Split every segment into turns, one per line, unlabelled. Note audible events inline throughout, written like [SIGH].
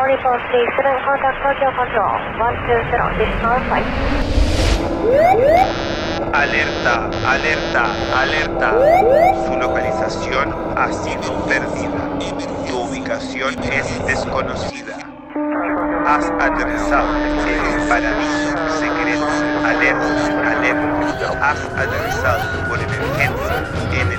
443 contact Tokyo Control 120, this is our flight.
Alerta, alerta, alerta. Su localización ha sido perdida. Tu ubicación es desconocida. Has aterrizado en el paraíso secreto. Alerta, alerta. Has aterrizado por emergencia en el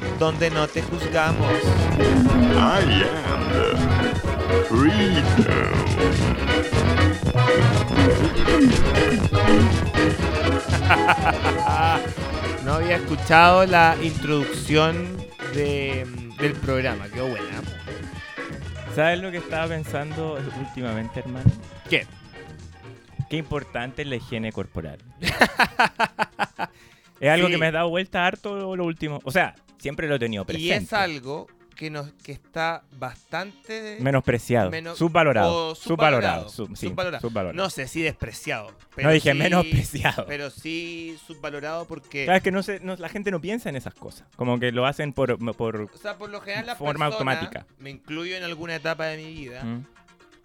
donde no te juzgamos.
I am freedom.
No había escuchado la introducción de- del programa, qué buena.
¿Sabes lo que estaba pensando últimamente, hermano?
¿Qué?
Qué importante es la
[LAUGHS]
higiene corporal. es algo
Sí.
que me ha dado vuelta harto lo último. O sea, siempre lo he tenido
Y
presente.
es algo que, nos, que está bastante...
Menospreciado.
menos-
subvalorado.
o subvalorado,
subvalorado. sub- sí,
subvalorado.
subvalorado.
No sé si despreciado.
dije
sí-
menospreciado.
Pero sí subvalorado porque.
Sabes que no se- no- la gente no piensa en esas cosas. Como que lo hacen por. por
O sea, por lo general la
Forma
persona,
automática.
me incluyo en alguna etapa de mi vida,
¿Mm?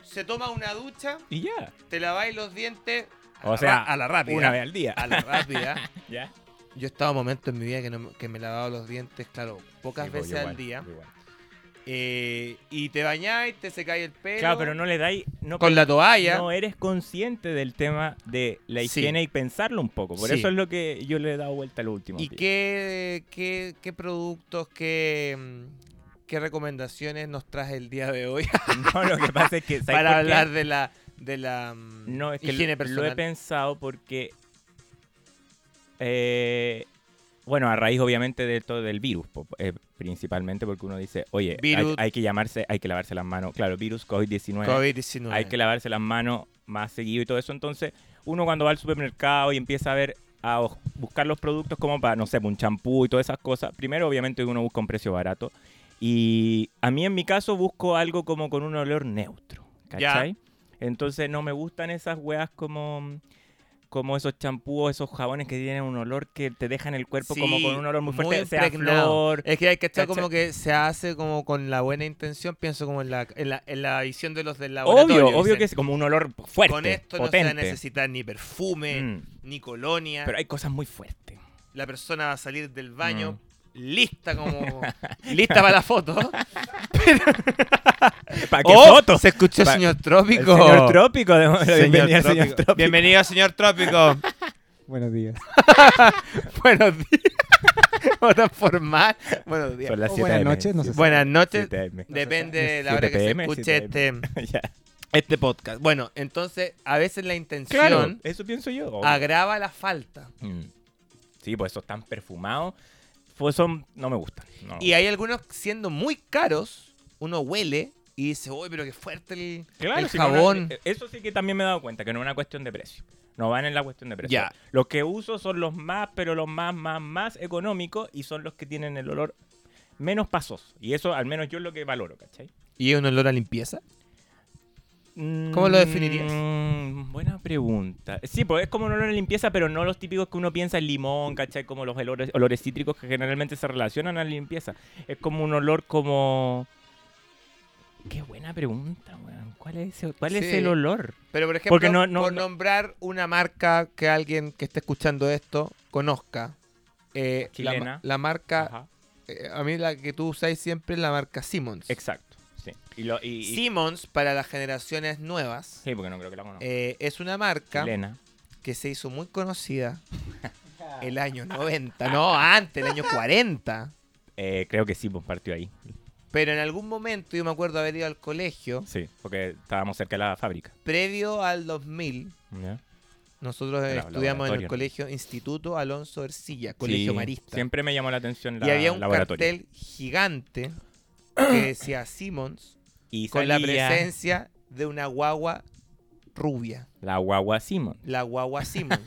se toma una ducha,
Y ya.
te laváis los dientes, a
O
la
sea,
ra- a la rápida.
Una vez al día. [LAUGHS]
A la rápida.
¿Ya?
Yo he estado momentos en mi vida que, no, me- que me lavaba los dientes, claro, pocas
Sí, pues,
veces
yo
al
igual,
día.
yo igual.
Eh, y te bañáis, te secáis el pelo.
Claro, pero no le dais. No
Con la toalla.
no eres consciente del tema de la
Sí.
higiene y pensarlo un poco. Por
Sí.
eso es lo que yo le he dado vuelta al último.
¿Y qué, qué, qué productos, qué, mm, qué recomendaciones nos traes el día de hoy
[LAUGHS]
[LAUGHS]
No, lo que pasa es que. ¿sabes
para
por qué?
hablar de la, de la mm,
No, es que
higiene
lo-
personal?
lo he pensado porque. eh, bueno, a raíz obviamente de todo del virus, po- eh, principalmente porque uno dice, oye, hay-
Virus.
Hay, que llamarse, hay que lavarse las manos. Claro, virus COVID-19.
COVID-19.
hay que lavarse las manos más seguido y todo eso. Entonces, uno cuando va al supermercado y empieza a ver, a os- buscar los productos como para, no sé, pues un champú y todas esas cosas, primero obviamente uno busca un precio barato. Y a mí en mi caso busco algo como con un olor neutro,
Ya.
¿cachai? Entonces no me gustan esas weas como, como esos champús, esos jabones que tienen un olor que te dejan el cuerpo como
Sí,
con un olor muy fuerte, sea
impregnado.
flor,
Es que hay que estar
¿cachai?
como que se hace como con la buena intención, pienso como en la, en la, en la visión de los del laboratorio.
Obvio, obvio
dicen,
que es como un olor fuerte,
Con esto
potente.
no se va a necesitar ni perfume,
Mm,
ni colonia.
Pero hay cosas muy fuertes.
la persona va a salir del baño
Mm.
lista
[LAUGHS]
como lista para la foto.
¿Para qué
¡Oh!
foto?
Se escuchó
Pa-
señor Trópico.
El señor Trópico. de-
Señor
[LAUGHS] bienvenido, señor
Trópico.
Trópico.
Bienvenido, señor
[LAUGHS]
Trópico.
Buenos días.
[LAUGHS] Buenos días. [LAUGHS] Hora formal. Buenos días.
Son las
O
7
buenas
AM,
noches, no sé.
Buenas noches.
7 AM.
Depende de la
7
hora que se
PM,
escuche
7
este,
[LAUGHS] Ya.
este podcast. Bueno, entonces, a veces la
Claro,
intención
eso pienso yo. obvio.
agrava la falta.
Mm. Sí, pues esos tan perfumados. Pues son, no me gustan. no.
Y hay algunos siendo muy caros, uno huele y dice, uy, pero qué fuerte el, el
si no, no-
jabón.
eh, eso sí que también me he dado cuenta, que no es una cuestión de precio. No van en la cuestión de precio.
Ya.
Los que uso son los más, pero los más, más, más económicos y son los que tienen el olor menos pasoso. Y eso al menos yo es lo que valoro, ¿cachai?
¿Y un olor a limpieza? ¿Cómo lo definirías?
Mm, buena pregunta. Sí, pues es como un olor de limpieza, pero no los típicos que uno piensa en limón, ¿cachai? Como los olores, olores cítricos que generalmente se relacionan a la limpieza. Es como un olor como... Qué buena pregunta, weón. ¿Cuál es, ese- cuál es
Sí.
el olor?
Pero, por ejemplo,
Porque no- no-
por
no-
nombrar una marca que alguien que esté escuchando esto conozca. eh, la ma-
Chilena.
La, marca,
Ajá.
eh, a mí la que tú usáis siempre es la marca Simmons.
Exacto. Sí. Y lo- y- y-
Simmons, para las generaciones nuevas,
sí, porque no creo que la conozca.
eh, es una marca
Chilena.
que se hizo muy
[LAUGHS]
conocida el año 90, no, antes, el año 40.
Eh, creo que sí, pues partió ahí.
Pero en algún momento, yo me acuerdo haber ido al colegio,
Sí, porque estábamos cerca de la fábrica.
previo al 2000,
¿Ya?
nosotros eh,
Era
estudiamos en el
laboratorio.
colegio Instituto Alonso Ercilla, colegio
Sí,
marista.
Siempre me llamó la atención la
y había un
laboratorio.
cartel
[CLEARS THROAT]
gigante que decía Simmons
y
con la
salía
presencia de una guagua rubia,
la guagua Simon. [LAUGHS]
la guagua Simmons.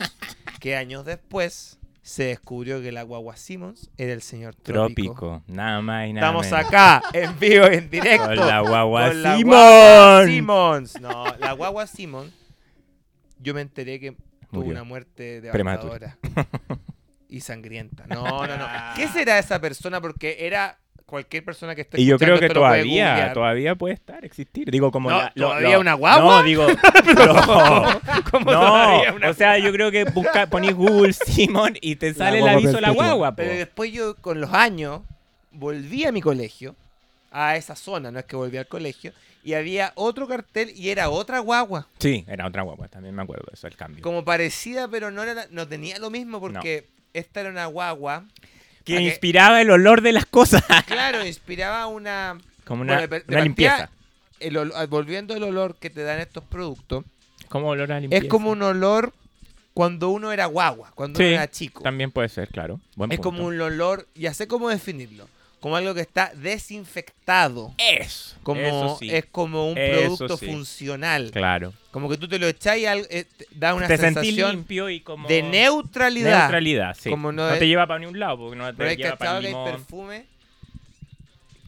que años después se descubrió que la guagua Simmons era el señor Trópico.
Trópico. Nada más y nada
Estamos
menos.
acá, en vivo, y en directo.
Con la guagua
con la guagua
Simón.
Simmons. No, la guagua Simmons, yo me enteré que tuvo
Murió.
una muerte
Prematura.
devastadora. Y sangrienta. No, no, no. ¿Qué será esa persona? Porque era cualquier persona que esté
Y yo creo
escuchando
que
esto lo puede
todavía,
googlear.
todavía puede estar, existir. Digo, como
No,
la- lo-
¿todavía
lo-
una guagua? [LAUGHS]
No, digo. no,
¿Cómo
[LAUGHS] no,
todavía una
o sea, yo creo que busca, ponís Google Simon y te sale el
guagua
aviso de la
perpetua.
guagua. po.
Pero después yo, con los años, volví a mi colegio, a esa zona, no es que volví al colegio, y había otro cartel y era otra guagua,
Sí, era otra guagua, también me acuerdo de eso, el cambio.
como parecida, pero no, era, la- no tenía lo mismo porque esta era una guagua.
Que
¿a qué?
inspiraba el olor de las cosas. [LAUGHS]
Claro, inspiraba una...
Como una,
bueno, de- de
una
partida,
limpieza.
el olo- volviendo al olor que te dan estos productos,
Como olor a limpieza.
es como un olor cuando uno era guagua, cuando
Sí,
uno era chico.
También puede ser, claro. Buen
Es
punto.
como un olor, ya sé cómo definirlo, como algo que está desinfectado.
Eso.
Como,
eso sí.
Es como un
Eso
producto
sí.
funcional.
Claro.
Como que tú te lo echás y al- eh, te da una
te sentís
sensación
limpio y como...
de neutralidad.
Neutralidad, sí.
Como no
no,
es-
te lleva para ningún lado porque no
Pero
te
hay
lleva
cachado
para
que hay
limón.
perfume.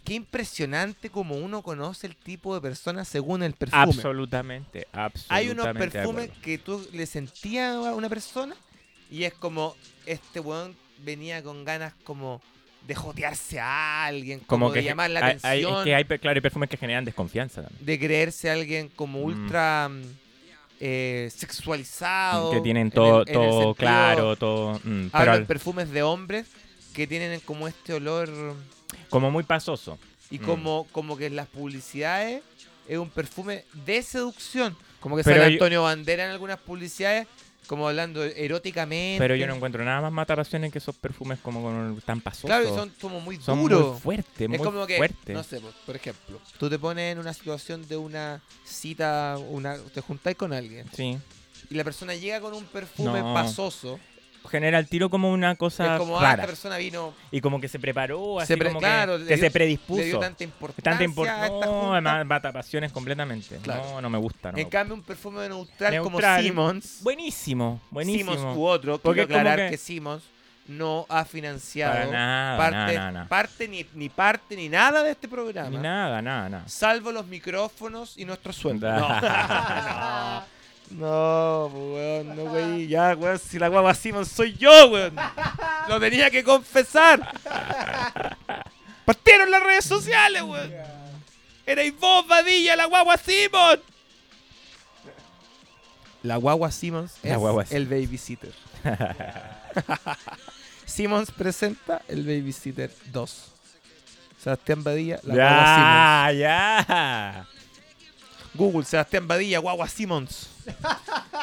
Qué impresionante como uno conoce el tipo de persona según el perfume.
Absolutamente, absolutamente.
hay unos
de
perfumes
acuerdo.
que tú le sentías a una persona y es como este weón venía con ganas como de jotearse a alguien, como, de llamar la
hay, hay- es
atención.
que hay, pe- claro, hay perfumes que generan desconfianza también.
de creerse alguien como
Mm.
ultra mm, eh, sexualizado.
que
Ah, oh,
tienen
en
todo,
el- en el
todo
sentido-
claro, todo. mm, pero
Hablo de
al-
perfumes de hombres que tienen como este olor
como muy pasoso.
y
Mm.
como, como que en las publicidades es un perfume de seducción. Como que
Pero
sale
yo-
Antonio Bandera en algunas publicidades como hablando eróticamente.
Pero yo no encuentro nada más mataraciones que esos perfumes como con un- tan pasosos.
Claro, y son como muy
Son
duros.
muy fuertes, muy
es como que,
fuertes.
no sé, pues, por ejemplo, tú te pones en una situación de una cita, una, te juntáis con alguien
Sí.
y la persona llega con un perfume
No.
pasoso,
Genera el tiro como una cosa
es como, ah, esta
rara.
persona vino,
Y como que se preparó, así
Se pre-
como
claro,
que,
le
que
dio-
se predispuso.
le dio tanta importancia
Tanta
a esta
importancia. No,
junta.
además mata pasiones completamente.
Claro.
No, no me gusta. No me
en cambio, un perfume neutral, como
Neutral.
Simmons,
Buenísimo, buenísimo.
Simmons u otro, quiero
Porque es como
aclarar que...
que-
Simmons no ha financiado
Para nada,
parte,
nada, nada.
parte ni, ni parte ni nada de este programa.
Ni nada, nada, nada.
Salvo los micrófonos y nuestro sueldo.
Da.
No.
[LAUGHS]
No, weón, no, weón. Ya, weón, si la guagua Simon soy yo, weón. Lo tenía que confesar. Partieron las redes sociales, weón. Erais vos, Vadilla, la guagua Simon. La guagua Simmons
La
es
guagua
el babysitter. [LAUGHS] Simmons presenta el babysitter 2. Sebastián Badilla, la guagua Simmons.
ya, ya.
Google, Sebastián Badilla, Guagua Simmons.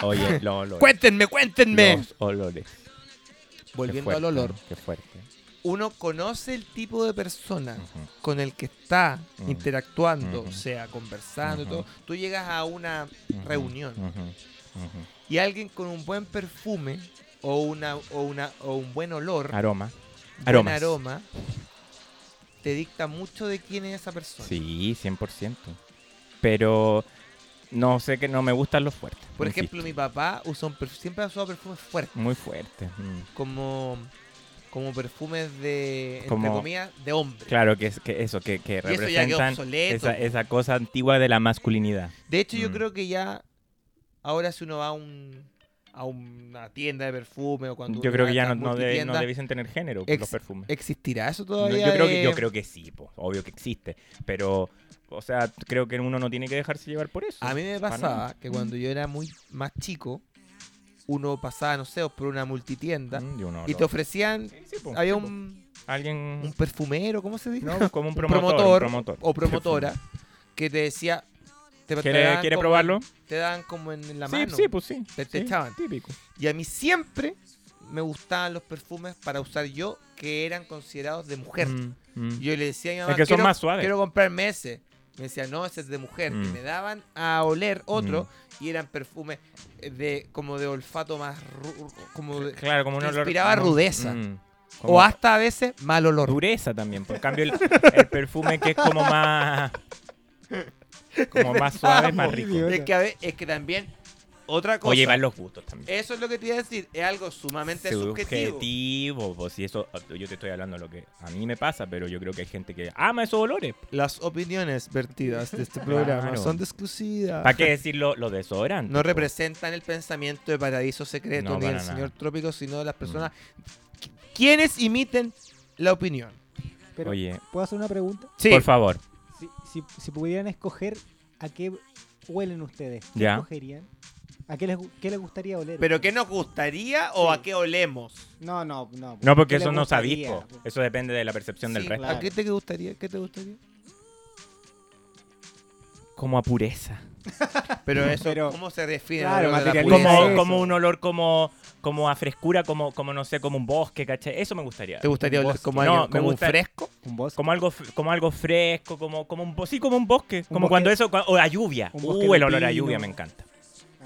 Oye, los olores.
Cuéntenme, cuéntenme.
Los olores. Qué
Volviendo
fuerte,
al olor,
Qué fuerte.
uno conoce el tipo de persona
Ujú.
con el que está
Ujú.
interactuando, o
Ujú.
sea, conversando
Ujú.
y todo. Tú llegas a una
Ujú.
reunión
Ujú. Ujú.
y alguien con un buen perfume o, una, o, una, o un buen olor,
Aroma.
buen
Aromas.
aroma, te dicta mucho de quién es esa persona.
Sí, 100%. Pero no sé que no me gustan los fuertes.
Por
insisto.
ejemplo, mi papá usa un perf- siempre ha usado perfumes fuertes.
Muy fuertes. mm.
como como perfumes de entre
Como-
comillas de hombre.
Claro que es que eso, que, que
ya quedó
representan
obsoleto,
esa,
po.
esa cosa antigua de la masculinidad.
De hecho, yo
Mm.
creo que ya ahora si uno va a un a una tienda de perfume o cuando
Yo
uno
creo
va
que
a
ya no,
estas
no, debe- no
multitiendas,
debiesen tener género
Ex-
los perfumes.
existirá eso
No,
todavía. Eh,
yo, creo que,
de-
yo creo que sí, po. obvio que existe. Pero, o sea, creo que uno no tiene que dejarse llevar por eso.
a mí me
Para
pasaba
nada.
que cuando yo era muy más chico uno pasaba no sé por una multitienda
Mm, y uno
y
lo-
te ofrecían
Sí, sí, po,
había
sí, po.
un,
Alguien.
un perfumero cómo se dice
No, como
Un
un promotor.
promotor
un promotor.
o promotora que te decía te, te
¿Quiere,
daban
quiere
como-
probarlo?
te daban como en la
sí,
mano
sí, pues sí.
Te- te
Sí,
echaban.
Típico.
Y a mí siempre me gustaban los perfumes para usar yo que eran considerados de mujer.
Mm, mm.
Y Yo le decía a mi mamá,
que son
quiero,
más suaves".
quiero comprarme ese. Me decía, no, ese es de mujer. Y
Mm.
me daban a oler otro y eran perfumes de como de olfato más ru- como de-
Claro, como un olor.
Inspiraba
como-
rudeza.
mm, como
o hasta a veces mal olor.
Dureza también. Por cambio, el, el perfume que es como más. Como más suave, es más rico.
Es que, a ve- es que también otra cosa.
O llevar los gustos también.
Eso es lo que te iba a decir. Es algo sumamente subjetivo.
Este, Subjetivo, pues si eso yo te estoy hablando de lo que a mí me pasa, pero yo creo que hay gente que ama esos olores.
Las opiniones vertidas de este
programa
programa
Claro. son
son desclusidas.
¿Para qué decirlo? Los desodorantes.
Ah. No
pues.
representan el pensamiento de Paraíso Secreto
No,
ni
para
del
nada.
señor Trópico, sino de las personas qui- quienes imiten la opinión.
Pero,
Oye.
¿puedo hacer una pregunta?
Sí.
Por favor.
Si, si, si pudieran escoger a qué huelen ustedes, ¿qué
Ya.
escogerían? ¿A qué les, gu- qué les gustaría oler?
¿Pero qué nos gustaría o
Sí.
a qué olemos?
No, no, no.
No, porque
¿Qué les
eso no es
gustaría?
avispo. Eso depende de la percepción del
Sí,
resto.
¿A qué te gustaría? ¿Qué te
[LAUGHS]
gustaría?
Como a pureza.
Pero eso,
pero-
¿cómo se define?
Claro,
lo de la
materialista.
pureza?
Como,
eso.
como un olor como, como a frescura, como, como no sé, como un bosque, ¿cachai? Eso me gustaría.
¿Te gustaría
Un
oler
bosque.
como,
No,
alguien-
me
como un
gusta-
fresco?
¿Un bosque?
Como algo, f- como algo fresco, como, como un bo- sí, como un bosque. como
bosque-
cuando eso, cua- o a lluvia.
un bosque
Uh,
de
el olor a
pino.
lluvia me encanta.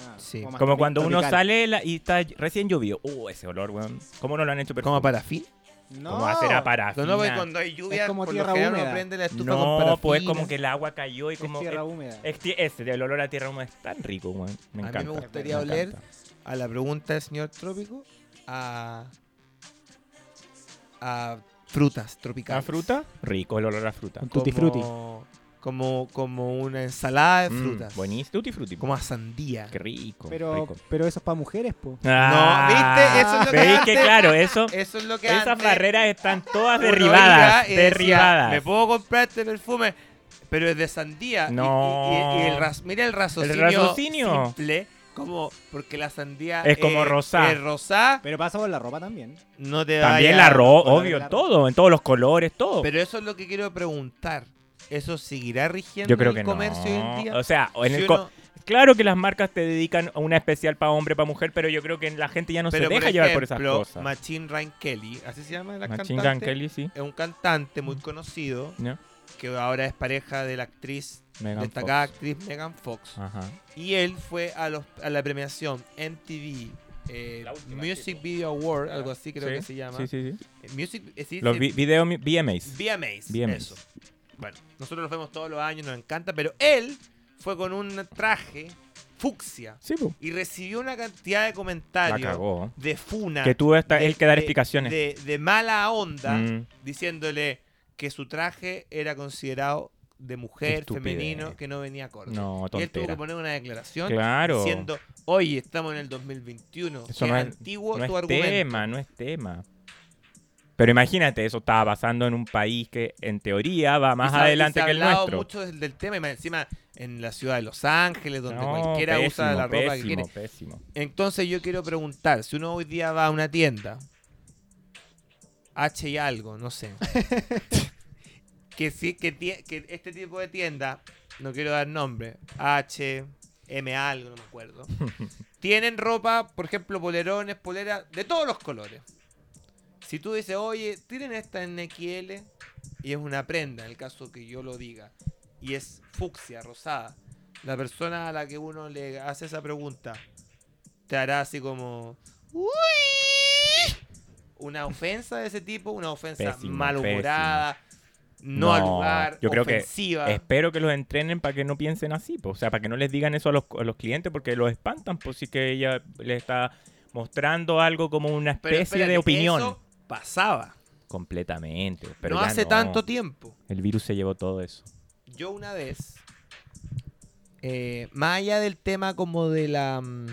Ah,
Sí.
más
Como cuando uno
tropical.
sale la- y está recién llovido. Uh, ese olor, weón. ¿Cómo no lo han hecho perfecto?
¿Como parafín?
No.
¿Cómo va a ser a parafina?
No, no, porque cuando hay lluvia,
Es como
por lo
tierra
general uno
húmeda.
prende la estufa con
No,
parafina.
pues como que el agua cayó y como...
es tierra
eh,
húmeda.
es ti- ese, el olor a tierra húmeda es tan rico, weón. Me
A mí me
encanta.
gustaría
me
oler-
encanta.
a la pregunta del señor Trópico a, a frutas tropicales.
¿La fruta? Rico el olor a fruta.
Un tutti frutti.
Como, como, como una ensalada de
Mm,
frutas.
buenísimo. Tutti frutti.
Como a sandía.
Qué rico.
pero,
rico.
pero eso es para mujeres, po.
¿viste? Eso es lo que
¿Veis que
antes-
claro, eso...
Eso es lo que
Esas
antes
barreras están todas
uno
derribadas.
iba y decía,
Derribadas.
Me puedo comprar este perfume, pero es de sandía. Y-
No.
Y, y- y el ras- mira el raciocinio,
raciocinio.
simple. Como, porque la sandía
Es como rosá.
Es rosá,
Pero pasa por la ropa también.
no te
También
vaya-
la oh. ropa,
Bueno,
obvio,
la ropa.
todo, en todos los colores, todo.
Pero eso es lo que quiero preguntar. ¿Eso seguirá rigiendo
Yo creo
el
que
comercio hoy en
no.
día?
O sea, o en
Si
el co-
uno-
claro que las marcas te dedican a una especial para hombre, para mujer, pero yo creo que la gente ya no
pero
se deja
por
llevar por esas
ejemplo,
cosas.
Machine Ryan Kelly, así se llama la
Machine Gun
cantante.
Kelly, sí.
Es un cantante muy conocido
¿Ya?
que ahora es pareja de la actriz,
Megan
destacada
Fox. Ah.
actriz Megan Fox.
Ajá.
Y él fue a, los, a la premiación MTV eh,
La última, Ah. sí,
Music
po.
Video Award, algo así creo
Sí,
que se llama.
Sí, sí, sí.
Eh, Music, eh, sí,
Los
sí,
vi- video mi- VMAs.
VMAs,
VMAs.
Eso. Bueno, nosotros los vemos todos los años, nos encanta, pero él fue con un traje fucsia
Sí, po.
y recibió una cantidad de
La
comentarios
cagó.
de funa.
Que tuvo hasta
de-
él que dar
de-
explicaciones.
De, de mala onda,
Mm.
diciéndole que su traje era considerado de mujer,
Estupidez.
femenino, que no venía acorde.
No,
y él tuvo que
tontera.
poner una declaración
Claro.
diciendo, oye, estamos en el 2021,
Eso
que
no es-
antiguo
no
tu
es
argumento.
tema, no es tema. Pero imagínate, eso estaba pasando en un país que en teoría va más
Y se ha- y
adelante
se ha
que el
hablado
nuestro.
mucho del, del tema y más encima en la ciudad de Los Ángeles, donde
No,
cualquiera usa
pésimo,
la ropa que
pésimo,
quiere.
Pésimo.
Entonces yo quiero preguntar, si uno hoy día va a una tienda, H y algo, no sé. que sí, que, tie- que este tipo de tienda, no quiero dar nombre, H, M algo, no me acuerdo. Tienen ropa, por ejemplo, polerones, poleras, de todos los colores. Si tú dices, oye, tienen esta en XL y es una prenda, en el caso que yo lo diga, y es fucsia, rosada, la persona a la que uno le hace esa pregunta te hará así como "Uy". una ofensa de ese tipo, una ofensa
Pésimo,
malhumorada, no, al
No,
lugar,
yo creo que
ofensiva.
Espero que los entrenen para que no piensen así, po. o sea, para que no les digan eso a los, a los clientes porque los espantan, pues sí que ella les está mostrando algo como una
Pero
especie
espérate,
de opinión.
eso pasaba,
Completamente. Pero
no
ya
hace tanto tiempo.
El virus se llevó todo eso.
Yo una vez, eh, más allá del tema como de la, mm,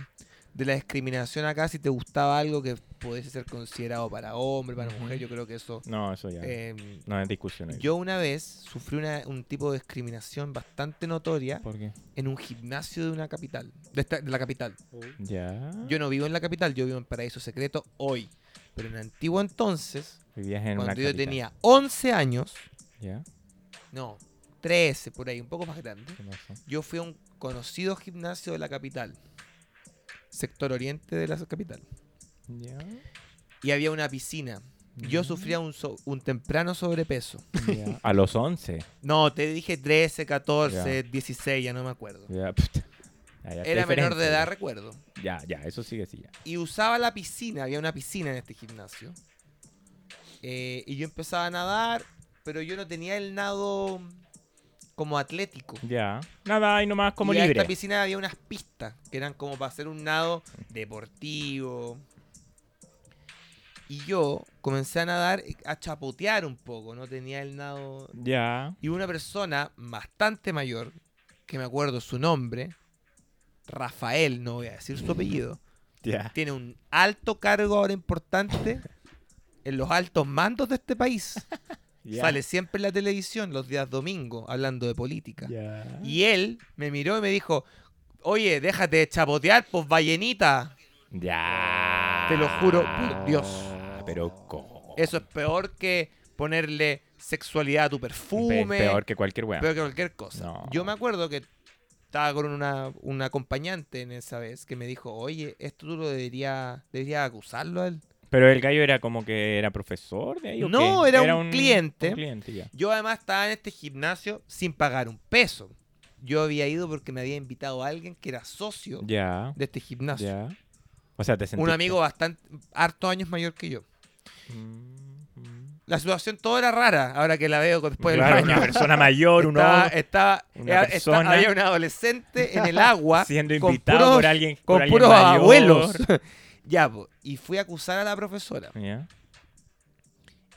de la discriminación acá, si te gustaba algo que pudiese ser considerado para hombre, para mujer, yo creo que eso...
No, eso ya.
eh,
no es discusión. ahí.
yo una vez sufrí una- un tipo de discriminación bastante notoria
¿Por qué?
en un gimnasio de una capital, de, esta- de la capital.
Oh. Ya.
Yo no vivo en la capital, yo vivo en Paraíso Secreto hoy. Pero en antiguo entonces,
Vivías en una
cuando yo
capital.
tenía 11 años,
Ya.
no, 13 por ahí, un poco más grande,
¿Qué pasó?
yo fui a un conocido gimnasio de la capital, sector oriente de la capital,
Ya.
y había una piscina. Yo
Mm.
sufría un, so- un temprano sobrepeso.
Ya. A los 11.
No, te dije 13, 14, 16, ya no me acuerdo.
Ya, [LAUGHS] puta. Ya, ya,
Era menor
qué diferencia,
de edad, recuerdo.
Ya, ya, eso sigue así. Ya.
y usaba la piscina, había una piscina en este gimnasio. Eh, y yo empezaba a nadar, pero yo no tenía el nado como atlético.
Ya. Nada, ahí nomás como
y En
libre.
esta piscina había unas pistas que eran como para hacer un nado deportivo. Y yo comencé a nadar, a chapotear un poco, no tenía el nado.
Ya.
Y una persona bastante mayor, que me acuerdo su nombre, Rafael, no voy a decir su apellido,
Ya.
tiene un alto cargo ahora importante en los altos mandos de este país.
[LAUGHS] ya.
Sale siempre en la televisión los días domingo hablando de política.
Ya.
Y él me miró y me dijo, oye, déjate de chapotear, pues vallenita.
Ya.
Te lo juro
Ah.
por Dios.
Pero ¿cómo?
Eso Ah. es peor que ponerle sexualidad a tu
Pe-
perfume.
Peor que cualquier weá.
peor que cualquier cosa.
No.
Yo me acuerdo que estaba con una, un acompañante en esa vez que me dijo, oye, esto tú lo deberías debería acusarlo a él.
Pero el gallo era como que era profesor de ahí. ¿o
No,
qué?
era un cliente.
un cliente, ya.
Yo además estaba en este gimnasio sin pagar un peso. Yo había ido porque me había invitado a alguien que era socio
Ya.
de este gimnasio.
Ya. O sea, te sentiste.
Un amigo bastante, hartos años mayor que yo.
Mm, mm.
La situación toda era rara, ahora que la veo después
Claro,
del
una
baño.
persona mayor, [LAUGHS] un
Estaba,
hombre,
estaba-
una
era-
persona.
estaba- había un adolescente en el agua.
[LAUGHS] siendo
con
invitado
puros-
por alguien por
Con
alguien
puros
mayor.
abuelos. [LAUGHS] ya, po, y fui a acusar a la profesora.
Ya.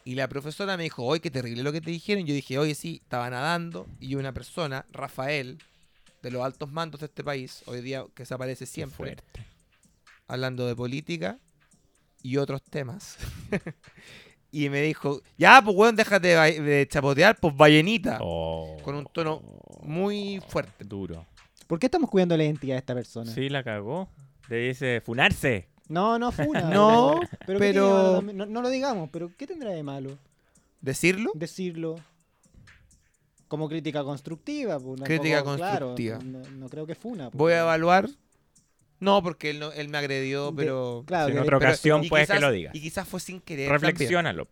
Y la profesora me dijo, oye, qué terrible lo que te dijeron. Yo dije, oye, sí, estaba nadando. Y una persona, Rafael, de los altos mandos de este país, hoy día que se aparece
Qué
siempre,
fuerte.
hablando de política y otros temas. [LAUGHS] y me dijo, ya, pues, weón, déjate de, ba- de chapotear, pues, vallenita.
Oh.
Con un tono muy fuerte.
Duro.
¿Por qué estamos cuidando la identidad de esta persona?
Sí, la cagó. Te dice, funarse.
No, [LAUGHS] no funa.
No, pero-
pero, ¿qué tiene de malo también? no, no lo digamos, pero ¿qué tendrá de malo
¿Decirlo?
decirlo? Como crítica constructiva, pues, no-
Crítica
como- claro,
constructiva.
no, no creo que funa. pues.
Voy a evaluar. No, porque él, no- él me agredió,
De-
pero...
Claro,
Si en
que-
otra
pero-
ocasión
y
puedes
quizás-
que lo digas.
Y quizás fue sin querer. también.
Reflexiónalo.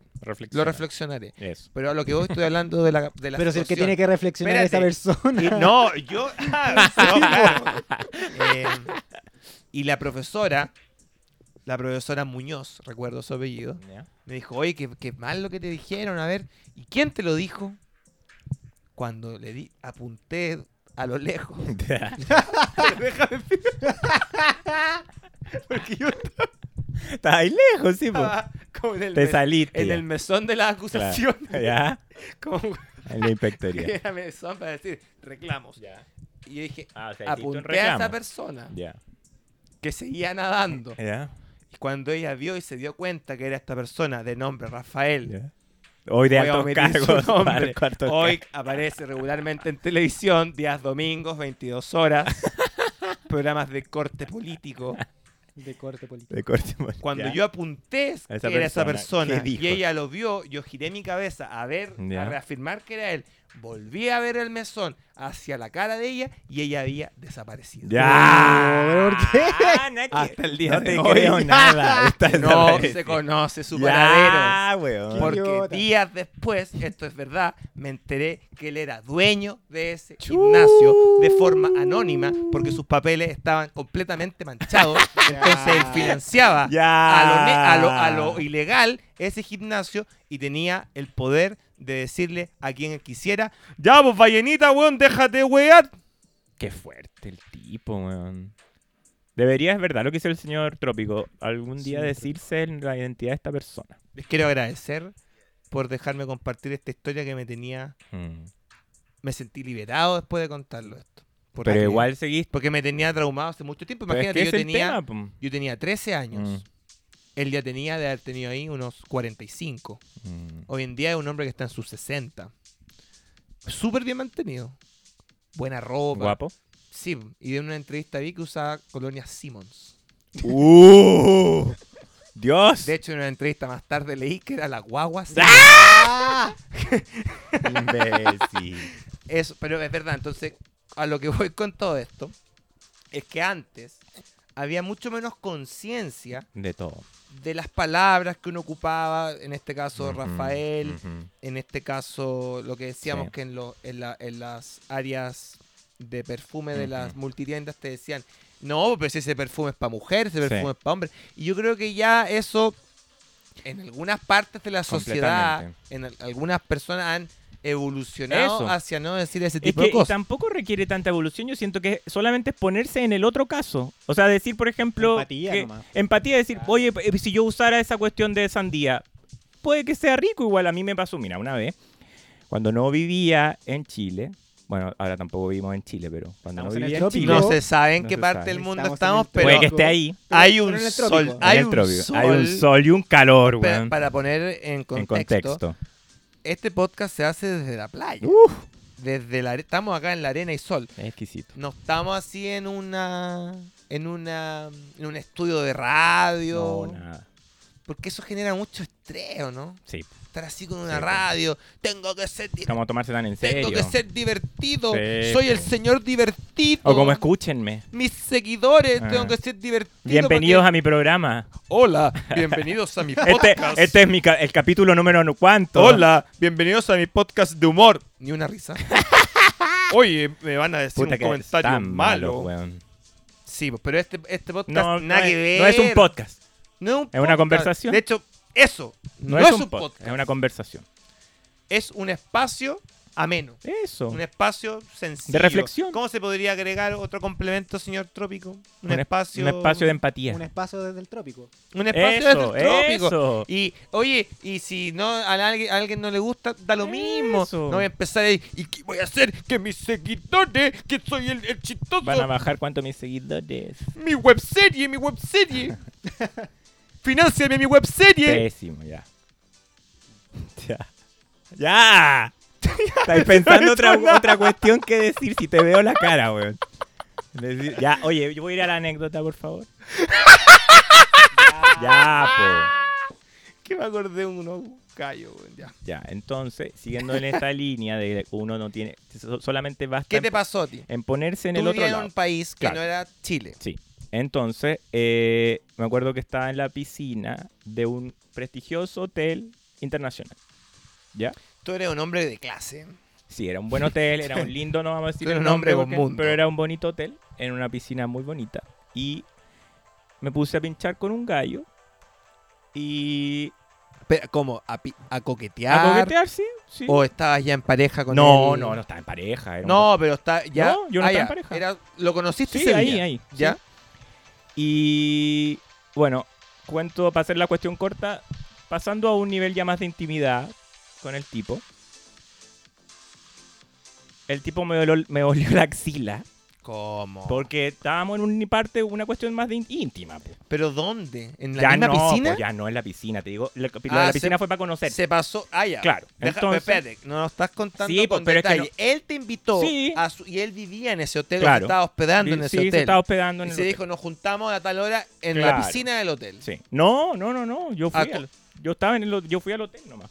Eh,
Reflexiona.
Lo reflexionaré.
Eso. [LAUGHS]
Pero a lo que hoy estoy hablando de la, de la
pero si el que
situación.
tiene que reflexionar es esta persona. [LAUGHS]
Y- no, yo. [LAUGHS] ah, no, claro. Eh, y la profesora, la profesora Muñoz, recuerdo su apellido,
Ya.
me dijo, oye, qué, qué mal lo que te dijeron, a ver. ¿Y quién te lo dijo? Cuando le di, apunté a lo lejos. [LAUGHS] Déjame Porque yo
Estás ahí lejos, sí, pues.
estaba como en Ah, el,
Te
mes-
saliste.
en
ya.
el mesón de las [LAUGHS]
Claro.
acusaciones.
[LAUGHS] Ya.
Como
En
[LAUGHS]
la inspectoría.
era mesón para decir reclamos.
ya.
Y yo dije,
Ah, o sea, hiciste un
apunté a esa
reclamo.
persona
Ya.
que seguía nadando.
Ya.
Y cuando ella vio y se dio cuenta que era esta persona de nombre Rafael,
ya. Hoy de
voy a
altos
omitir su [LAUGHS]
cargos.
nombre.
[LAUGHS] para el cuarto
hoy aparece regularmente en televisión, días domingos, 22
[LAUGHS]
horas, programas de corte político.
De corte político.
De corte moral.
Cuando
Ya.
yo apunté que
A esa
era esa
persona,
persona
¿qué dijo?
y ella lo vio, yo giré mi cabeza a ver,
Ya.
a reafirmar que era él. Volví a ver el mesón hacia la cara de ella y ella había desaparecido.
¡Ya!
No, ¿pero por qué?
Ah, Naki,
Hasta el día
no
de
te
hoy. [LAUGHS]
creo nada. Estás
No
[LAUGHS] desaparecido.
se conoce su
Ya,
paradero.
weón.
Por-
Porque
idiota.
días después, esto es verdad, me enteré que él era dueño de ese gimnasio de forma anónima porque sus papeles estaban completamente manchados. Entonces él financiaba
Ya.
a lo, ne- a lo- a lo ilegal ese gimnasio y tenía el poder de decirle a quien él quisiera, ya pues ballenita, weón, déjate wear.
Qué fuerte el tipo, weón. Debería, es verdad, lo que hizo el señor Trópico. Algún día
Señor
decirse en la identidad de esta persona.
Les quiero agradecer por dejarme compartir esta historia que me tenía,
Mm.
me sentí liberado después de contarlo esto. Porque-
Pero igual seguiste.
Porque me tenía traumado hace mucho tiempo.
Pero es
Imagínate,
que Pues es
yo,
el tema,
tenía,
pum.
yo tenía 13 años.
Mm.
Él ya tenía de haber tenido ahí unos 45.
Mm.
Hoy en día es un hombre que está en sus 60. Súper bien mantenido. Buena ropa.
Guapo.
Sí, y en una entrevista vi que usaba colonia Simmons.
¡Uh! ¡Dios! [LAUGHS]
De hecho, en una entrevista más tarde leí que era la
¡Ah!
guagua Simmons.
Imbécil.
Eso, pero es verdad, entonces a lo que voy con todo esto es que antes había mucho menos conciencia
De todo.
de las palabras que uno ocupaba, en este caso
Ujú,
Rafael,
ujú.
en este caso lo que decíamos
Sí.
que en, lo- en, la- en las áreas de perfume de las
Ujú.
multitiendas te decían, no, pero si ese perfume es para mujer, ese
Sí.
perfume es para hombre. Y yo creo que ya eso, en algunas partes de la sociedad, en al- algunas personas han evolucionado
Eso.
hacia no decir ese
Es
tipo de
que y
cosas.
tampoco requiere tanta evolución. Yo siento que solamente es ponerse en el otro caso. O sea, decir, por ejemplo.
Empatía
que-
nomás.
Empatía, decir, oye, eh, si yo usara esa cuestión de sandía, puede que sea rico. Igual a mí me pasó, mira, una vez, cuando no vivía en Chile. Bueno, ahora tampoco vivimos en Chile, pero cuando
Estamos
no
en el
vivía en,
shopping,
Chile.
No
yo-
se sabe en
no
qué
se
parte
sabe.
del mundo
Estamos en
estamos,
el
pero
Puede que esté ahí.
hay
Pero
un
en el
sol,
trópico.
en
hay
el
un
trópico.
sol,
Hay un sol y un calor,
pe-
weón.
para poner en
En
contexto,
contexto.
Este podcast se hace desde la playa,
Uf,
desde la are- estamos acá en la arena y sol.
es exquisito.
No estamos así en una en una en un estudio de radio,
No, nada.
porque eso genera mucho estrés, ¿o ¿no?
Sí.
Estar así con una
Sí,
radio, tengo que ser di-
Como tomarse tan en serio.
tengo que ser divertido,
Sí,
soy el
po.
señor divertido.
O como escúchenme.
mis seguidores,
Ah.
tengo que ser divertido.
Bienvenidos
porque-
a
[LAUGHS]
mi programa.
Hola, bienvenidos a mi
[LAUGHS] Este,
podcast.
este es mi ca- el capítulo número no cuánto.
Hola, bienvenidos a mi podcast de humor. Ni una
[LAUGHS]
risa. Oye,
eh,
me van a decir
Puta
un
que
comentario
tan
malo.
weón.
sí, pues, pero este, este podcast
No, no
nada
es,
que ver.
no es un podcast.
No es, un
una
podcast.
conversación.
De hecho, eso
No, es, un podcast. Es una conversación.
Es un espacio ameno.
Eso.
Un espacio sencillo.
De reflexión.
¿Cómo se podría agregar otro complemento, señor Trópico? Un,
es-
espacio.
un espacio de empatía.
Un espacio desde el trópico.
Un espacio
Eso,
desde el trópico.
eso.
Y, oye, y si no a alguien, a alguien no le gusta, da lo mismo.
Eso.
No voy a empezar ahí. ¿Y qué voy a hacer? Que mis seguidores, que soy el, el chistoso.
Van a bajar cuánto mis seguidores.
Mi webserie, mi
[LAUGHS]
webserie. Financiame mi webserie. [LAUGHS]
Pésimo, ya. Ya. ¡Ya! Estáis pensando otra, otra cuestión que decir si te veo la cara, weón. Decir- Ya, oye, yo voy a ir a la anécdota,
[LAUGHS]
por favor. Ya, po.
Que me acordé de unos callos, weón, ya.
Ya, entonces, siguiendo en esta línea de uno no tiene, so- solamente basta
¿Qué te
en,
pasó a ti?
en ponerse en
Tú
el otro
vivías en
lado.
un país que
Claro.
no era Chile.
Sí. Entonces, eh, me acuerdo que estaba en la piscina de un prestigioso hotel internacional. ¿Ya?
Tú eres un hombre de clase.
Sí, era un buen hotel, era un lindo, no vamos a decir
Tú eres
el
un hombre
nombre,
de un
porque-
mundo.
pero era un bonito hotel, en una piscina muy bonita. Y me puse a pinchar con un gallo y...
Pero, ¿Cómo? ¿A, pi- a coquetear?
¿A coquetear, sí? sí.
¿O estabas ya en pareja con
No,
él?
no, no estaba en pareja. era un
No, pero está ya.
No, yo no
ah,
estaba en
ya,
pareja.
era- lo conociste
Sí,
ese
ahí,
día,
ahí,
¿Ya?
Y bueno, cuento para hacer la cuestión corta, pasando a un nivel ya más de intimidad con el tipo. El tipo me olió, me olió la axila
¿Cómo?
porque estábamos en una parte, una cuestión más de in- íntima. po.
¿Pero dónde? ¿En la
Ya
misma
no,
piscina?
po, ya no en la piscina, te digo. La, la
Ah, se-
piscina fue para conocer.
Se pasó. Ah, ya.
Claro,
Deja-
entonces-
espérate, no lo estás contando
Sí,
con
pues, pero es que
detalle. Él te invitó
Sí.
a su- y él vivía en ese hotel, o se
Claro.
estaba hospedando en
Sí,
ese
se
hotel.
estaba hospedando en
y
el
se
hotel.
dijo, nos juntamos a tal hora en la
Claro.
piscina del hotel.
Sí. No, no, no, no. Yo fui,
Ah,
al, yo estaba en el, ho- yo fui al hotel nomás.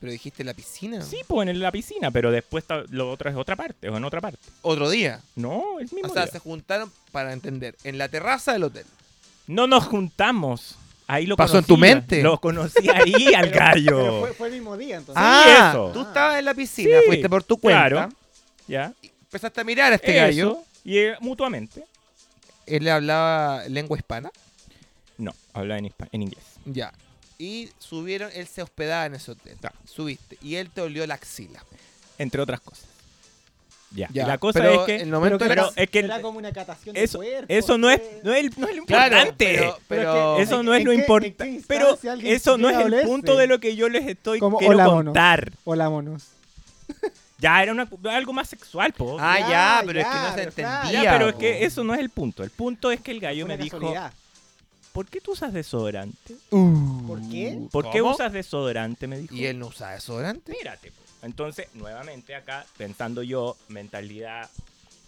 Pero dijiste la piscina.
Sí, pues en la piscina, pero después ta- lo otro es otra parte, o en otra parte.
Otro día.
No, el mismo
O sea,
día.
se juntaron para entender. En la terraza del hotel.
No nos juntamos. Ahí lo
Pasó en
conocí,
tu mente.
Lo conocí
[LAUGHS]
ahí al
Pero
gallo.
fue, fue el mismo día, entonces.
ah,
eso.
tú estabas en la piscina,
Sí,
fuiste por tu cuenta.
claro. ya.
Empezaste a mirar a este
Eso,
gallo.
Y eh, mutuamente.
Él le hablaba lengua hispana.
No, hablaba en, hispa- en inglés.
Ya. Y subieron, él se hospedaba en ese hotel.
Claro.
Subiste. Y él te olió la axila.
Entre otras cosas. Ya.
Ya.
Y la cosa
Pero
es que.
el momento
pero
era-
es que
Era como una catación de
eso,
cuerpos,
eso no es,
eh.
no es, no es lo
Claro,
importante.
pero-
Pero
pero-
que-
eso no es
¿en
lo
qué- en qué
importante. Pero
instancia alguien
eso no es
llega a
el
olerse?
punto de lo que yo les estoy
Como,
quiero
hola, mono.
contar.
Hola, monos.
Ya, era una, algo más sexual, po.
Ah, ya,
Ya,
pero es que no
ya,
se
pero claro.
entendía.
Ya, pero es
po.
que eso no es el punto. El punto es que el gallo
Fue
me
una
dijo,
casualidad.
¿por qué tú usas desodorante?
¿Por qué?
¿Por qué
¿Cómo?
usas desodorante? Me dijo.
Uh. ¿Y él no usaba desodorante?
Mírate. po. Entonces, nuevamente acá, pensando yo, mentalidad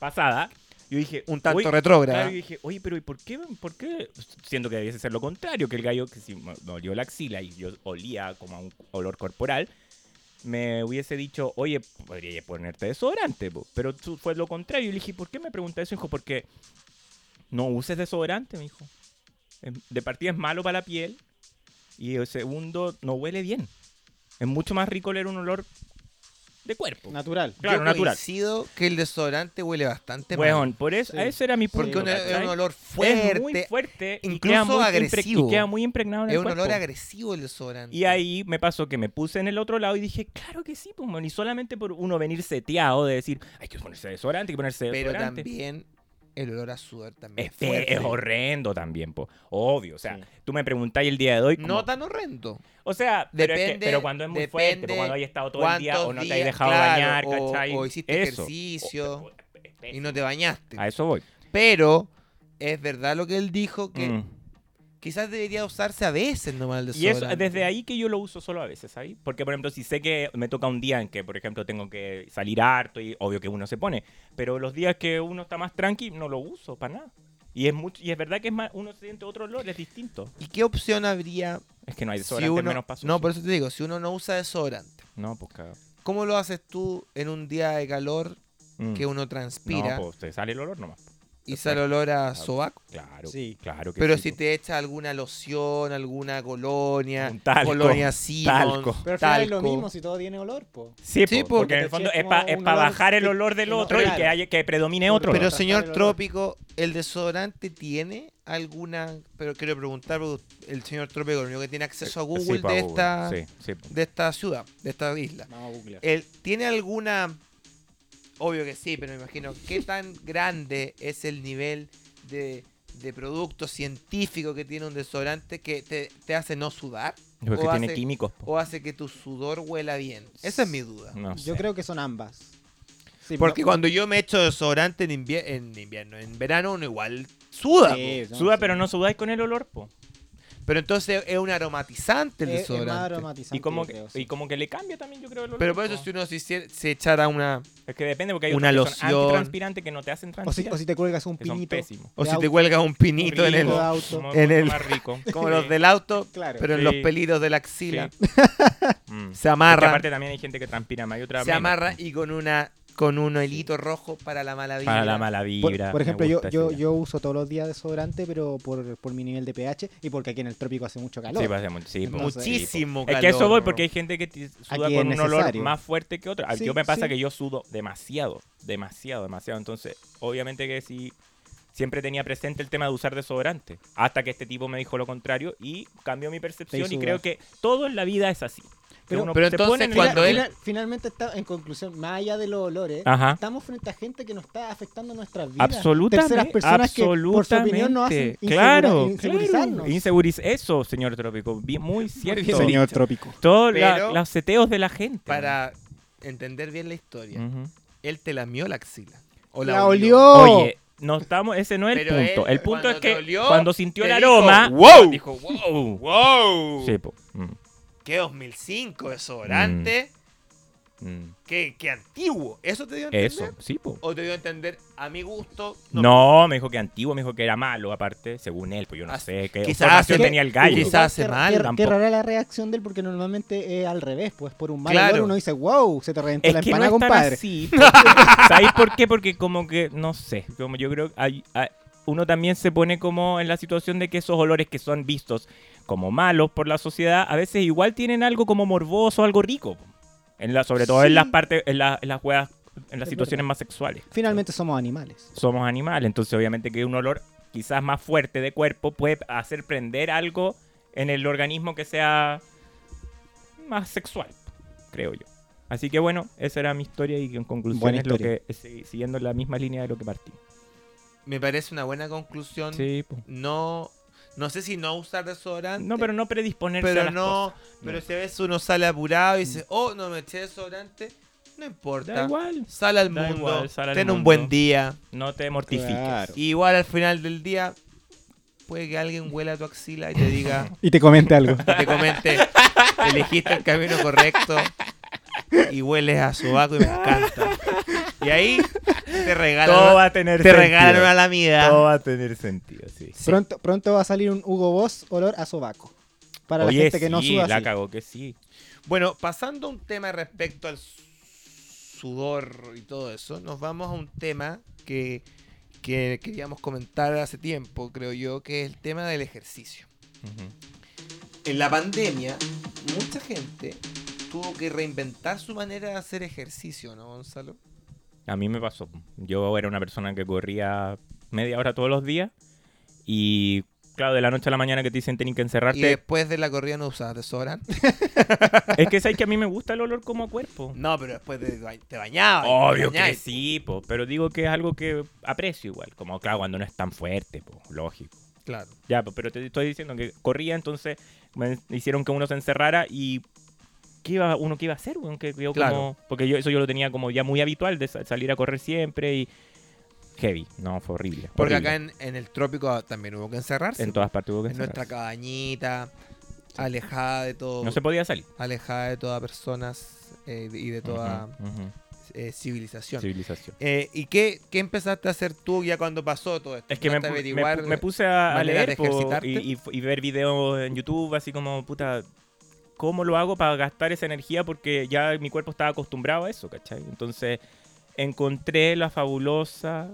pasada, yo dije...
Un tanto
"Uy,
retrógrada.
claro, yo dije, oye, pero ¿y por qué, por qué? Siendo que debiese ser lo contrario, que el gallo que si me me olió la axila y yo olía como a un olor corporal, me hubiese dicho, oye, podría ponerte desodorante, po". pero tú- fue lo contrario. Y le dije, ¿por qué me pregunta eso? Y dijo, porque no uses desodorante, me dijo. Em, De partida es malo para la piel y eh, segundo, no huele bien. Es mucho más rico leer un olor de cuerpo.
Natural.
Claro,
Yo
natural.
coincido que el desodorante huele bastante mal.
Weón, por eso,
Sí.
a ese era mi punto.
porque un- es
¿cachai?
un olor
Es muy
fuerte.
fuerte. y
incluso
queda muy impre-
agresivo.
Y queda muy impregnado en
Es
el
un
cuerpo.
olor agresivo el desodorante.
Y ahí me pasó que me puse en el otro lado y dije, claro que sí, pues, weón. y solamente por uno venir seteado de decir, hay que ponerse desodorante, hay que ponerse
Pero
desodorante.
también el olor a sudor también.
es,
Es,
fe-
fuerte.
es horrendo también, po. obvio. O sea,
Sí.
tú me preguntáis el día de hoy. como-
No tan horrendo.
o sea, pero, es que-
depende-
pero cuando es muy fuerte, po,
depende
cuando hayas estado todo el día o
cuántos
no te hayas
días,
dejado bañar,
claro, o-
¿cachai?
o hiciste
Eso.
ejercicio
O- o- es
Y no te bañaste.
A eso voy.
Pero es verdad lo que él dijo que
Mm.
quizás debería usarse a veces nomás el
Y eso,
desodorante.
desde ahí que yo lo uso solo a veces, ¿sabes? Porque, por ejemplo, si sé que me toca un día en que, por ejemplo, tengo que salir harto y obvio que uno se pone, pero los días que uno está más tranqui, no lo uso para nada. Y es mucho, y es verdad que es más, uno siente otro olor, es distinto.
¿Y qué opción habría
Es que no hay
si
desodorante
uno...
menos paso.
No, pues, por eso te digo, si uno no usa desodorante,
No, pues cagado.
¿cómo lo haces tú en un día de calor
Mm.
que uno transpira
No, pues te sale el olor nomás.
y sale olor a sobaco?
Claro,
Sí.
claro que
Pero
sí,
si
pues.
te echas alguna loción, alguna colonia,
Un talco,
colonia Simon,
talco.
Pero al final es lo mismo si todo tiene olor, po.
Sí,
Sí,
po,
po,
porque en
que
el
te
fondo
eches
es para
como un olor
bajar el
que-
olor del
que no-
otro y que,
claro.
haya, que predomine otro.
Pero
olor.
se-
señor
Tratar el olor.
Trópico, ¿el desodorante tiene alguna? Pero quiero preguntar, porque el señor Trópico, el único que tiene acceso a
Eh, Sí,
Google
pa'
de
Google,
esta
sí, sí, po.
de esta ciudad, de esta isla.
Vamos a googlear.
¿El- ¿Tiene alguna? Obvio que sí, pero me imagino qué tan grande es el nivel de, de producto científico que tiene un desodorante que te, te hace no sudar
Porque
o
tiene
hace-
químicos, po.
o hace que tu sudor huela bien. Esa es mi duda.
No
Yo
sé.
creo que son ambas. Sí,
Porque
no-
cuando yo me echo desodorante en, invier- en invierno, en verano uno igual suda. po.
Sí, no,
Suda,
sí.
pero no sudáis con el olor, po.
Pero entonces es un aromatizante el
Es- es más
desodorante.
aromatizante,
Y como,
yo
que,
creo,
y
sí.
como que le cambia también, yo creo, el olor.
Pero por eso
po.
si uno se, hiciera- se echara una...
Es que depende, porque hay
Una
otros que son
loción.
antitranspirantes que no te hacen
O si,
transpirar.
o si te cuelgas un
que son
piñito.
pésimos.
O
de
si te
auto.
cuelgas un pinito en el...
Rico.
Como
en
mucho
el-
más rico.
[LAUGHS] Como
Sí,
los del auto,
Claro.
pero en
Sí.
los pelitos de la axila.
sí. Mm.
Se
Porque
amarra,
aparte también hay gente que transpira más y otra
se
menos.
amarra y con una con un hilito rojo para la mala vida.
Para la mala
Por,
vibra.
por
me
ejemplo, yo,
gusta
yo,
esa idea.
yo uso todos los días desodorante, pero por, por mi nivel de pH y porque aquí en el trópico hace mucho calor.
Sí, pues, hacemos- sí, pues,
Entonces-
sí, pues.
Muchísimo
Es que a eso
calor.
voy, porque hay gente que ti- suda
Aquí es
con un olor
necesario.
más fuerte que otro. A-
Sí,
yo me pasa
sí.
que yo sudo demasiado, demasiado, demasiado. Entonces, obviamente que sí, siempre tenía presente el tema de usar desodorante. Hasta que este tipo me dijo lo contrario y cambió mi percepción. Y
sudar.
creo que todo en la vida es así. Que
Pero-
uno
pero
se
entonces
pone en el-
Mira,
cuando él-
mira, finalmente está en conclusión, más allá de los olores,
Ajá.
estamos frente a gente que nos está afectando nuestras vidas.
Absolutamente.
Terceras personas que por su opinión nos hacen
absolutamente.
insegura-
Claro,
insegurizarnos.
claro. Inseguriz- eso, señor Trópico. bien- Muy cierto.
Señor trópico.
Todos la-
Pero-
los seteos de la gente.
Para entender bien la historia,
Ujú.
él te lamió la axila. O
La olió.
Oye, no estamos, ese no es el
Pero
punto.
él,
el punto
cuando
es que
te olió,
cuando sintió
te
el
dijo,
aroma,
"Wow".
dijo, wow.
¡Wow!
Sí, po. Mm,
¡Qué 2005 desodorante!
mm.
Qué, ¡Qué antiguo! ¿Eso te dio a entender?
Eso, sí, po.
¿O te dio a entender a mi gusto?
No, me dijo que antiguo, me dijo que era malo, aparte, según él, pues yo no
Ah,
sé qué
quizás
información
hace-
tenía el gallo.
quizás hace
qué-
mal,
Qué, qué
tampoco.
rara la reacción de él porque normalmente es al revés, pues por un mal
Claro.
olor uno dice, wow, se te reventó
Es
la
que no
empana,
es tan
compadre.
así.
[LAUGHS]
porque- ¿Sabéis por qué? Porque como que, no sé, como yo creo que hay- hay- uno también se pone como en la situación de que esos olores que son vistos como malos por la sociedad, a veces igual tienen algo como morboso, algo rico. En la, sobre todo en
Sí.
las partes, en, la- en las juegas, en las
Es
situaciones
verdad.
más sexuales.
Finalmente somos animales.
Somos animales, entonces obviamente que un olor quizás más fuerte de cuerpo puede hacer prender algo en el organismo que sea más sexual, creo yo. Así que bueno, esa era mi historia y en conclusión
Buena
es lo
historia.
que eh, sí, siguiendo la misma línea de lo que partí.
Me parece una buena conclusión.
Sí, po.
No, no sé si no usar desodorante.
no, pero no predisponerse a
pero
las
no,
cosas. Mm.
pero si a veces uno sale apurado y dice, oh, no me eché desodorante, no importa.
da igual,
Sal al
Da
mundo,
igual, sal al
ten un
mundo.
buen día.
no te mortifiques.
Claro.
Y igual al final del día, puede que alguien huela tu axila y te
[LAUGHS]
diga,
Y te comente algo.
y te comente, elegiste el camino correcto y hueles a sobaco y me encanta. Y ahí te regalan,
Todo va
una,
a tener
te
sentido.
regalan una lamida.
Todo va a tener sentido, sí.
Sí.
Pronto, pronto va a salir un Hugo Boss olor a sobaco. Para
Oye,
la gente que no
sí,
suda
la
así.
cagó que sí.
Bueno, pasando a un tema respecto al su- sudor y todo eso, nos vamos a un tema que, que queríamos comentar hace tiempo, creo yo, que es el tema del ejercicio.
Ujú.
En la pandemia, mucha gente tuvo que reinventar su manera de hacer ejercicio, ¿no, Gonzalo?
A mí me pasó. Yo era una persona que corría media hora todos los días y, claro, de la noche a la mañana que te dicen tienen que
Y
encerrarte.
después de la corrida no usaba desodorante.
Es que sabes que a mí me gusta el olor como a cuerpo.
[LAUGHS] No, pero después de ba- te bañabas.
Obvio
te bañabas.
que sí, po, pero digo que es algo que aprecio igual. Como, claro, cuando no es tan fuerte, po, lógico.
Claro.
Ya, po, pero te estoy diciendo que corría, entonces me hicieron que uno se encerrara y. ¿Qué iba, uno qué iba a hacer? weón? Que yo
Claro.
como- porque yo, eso yo lo tenía como ya muy habitual de sa- salir a correr siempre y. Heavy, no, fue horrible.
Porque
horrible.
acá en, en el trópico también hubo que encerrarse.
En todas partes hubo que
en nuestra
encerrarse.
cabañita, alejada de todo,
No se podía salir.
alejada de todas personas eh, y de toda
Ujú, ujú.
eh, civilización.
Civilización.
Eh, ¿Y qué, qué empezaste a hacer tú ya cuando pasó todo esto?
Es que me,
¿Empezaste a
pu- me
averiguar
pu- me puse a, a
maneras de
leer po,
ejercitarte?
y, y f- y ver videos en YouTube, así como, puta, ¿cómo lo hago para gastar esa energía? Porque ya mi cuerpo estaba acostumbrado a eso, ¿cachai? Entonces encontré la fabulosa